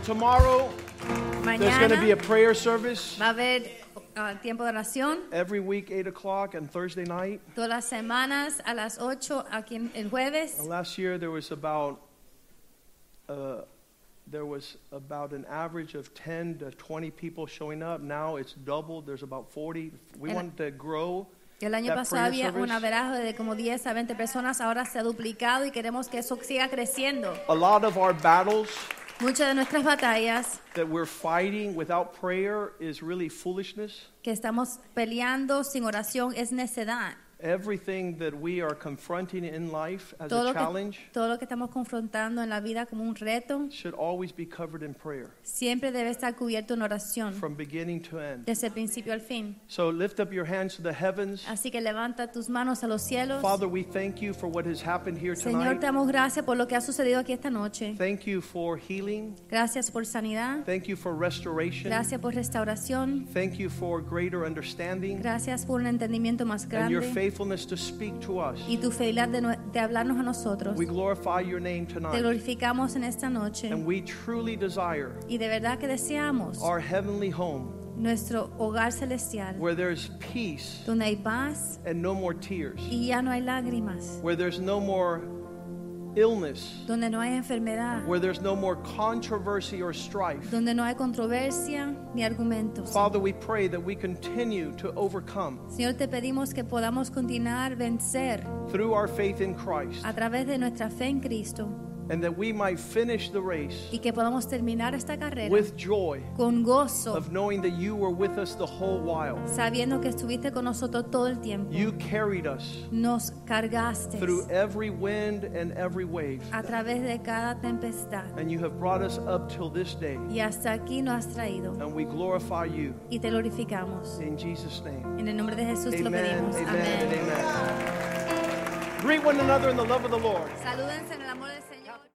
Tomorrow, there's going to be a
Mañana
prayer service.
va a haber
ah, tiempo de oración.
every week, 8 o'clock on Thursday night.
Todas las semanas a las 8 aquí en- el jueves.
And last year, there was about uh, there was about an average of 10 to 20 people showing up. Now it's doubled. There's about 40. We
And-
wanted to grow.
El año
that
pasado
prayer
había un
service.
averaje de como 10 a 20 personas, ahora se ha duplicado y queremos que eso siga creciendo.
A lot of our battles
Muchas de nuestras batallas
that we're fighting without prayer is really foolishness.
que estamos peleando sin oración es necedad.
Everything that we are confronting in life as
Todo
a
lo,
challenge
que, todo lo que estamos confrontando en la vida como un reto
should always be covered in prayer
siempre debe estar cubierto en oración,
from beginning to end.
desde el principio al fin.
So lift up your hands to the heavens.
Así que levanta tus manos a los cielos.
Father, we thank you for what has happened here
Señor,
tonight.
te damos gracias por lo que ha sucedido aquí esta noche.
Thank you for healing.
Gracias por sanidad.
Thank you for restoration.
Gracias por restauración.
Thank you for greater understanding
Gracias por un entendimiento más
and your faithfulness
grande.
to speak to us.
Y tu fidelidad de, nue- de hablarnos a nosotros.
We glorify your name
Te
tonight.
glorificamos en esta noche.
And we truly desire
Y de verdad que deseamos
our heavenly home
nuestro hogar celestial,
where there's peace
donde hay paz
and no more tears,
y ya no hay lágrimas,
where there's no more illness,
donde no hay enfermedad,
where there's no more controversy or strife.
donde no hay controversia ni argumentos.
Father, we pray that we continue to overcome
Señor, te pedimos que podamos continuar vencer
through our faith in Christ
a través de nuestra fe en Cristo
and that we might finish the race
y que podamos terminar esta carrera
with joy
con gozo,
of knowing that you were with us the whole while.
sabiendo que estuviste con nosotros todo el tiempo.
You carried us
Nos cargaste
through every wind and every wave,
a través de cada tempestad
and you have brought us up till this day.
y hasta aquí nos has traído
And we glorify you
y te glorificamos.
in Jesus' name.
En el nombre de Jesús te lo
Amen,
pedimos.
amen, and
Amén.
amen. Greet one another in the love of the Lord.
Salúdense en el amor del Señor.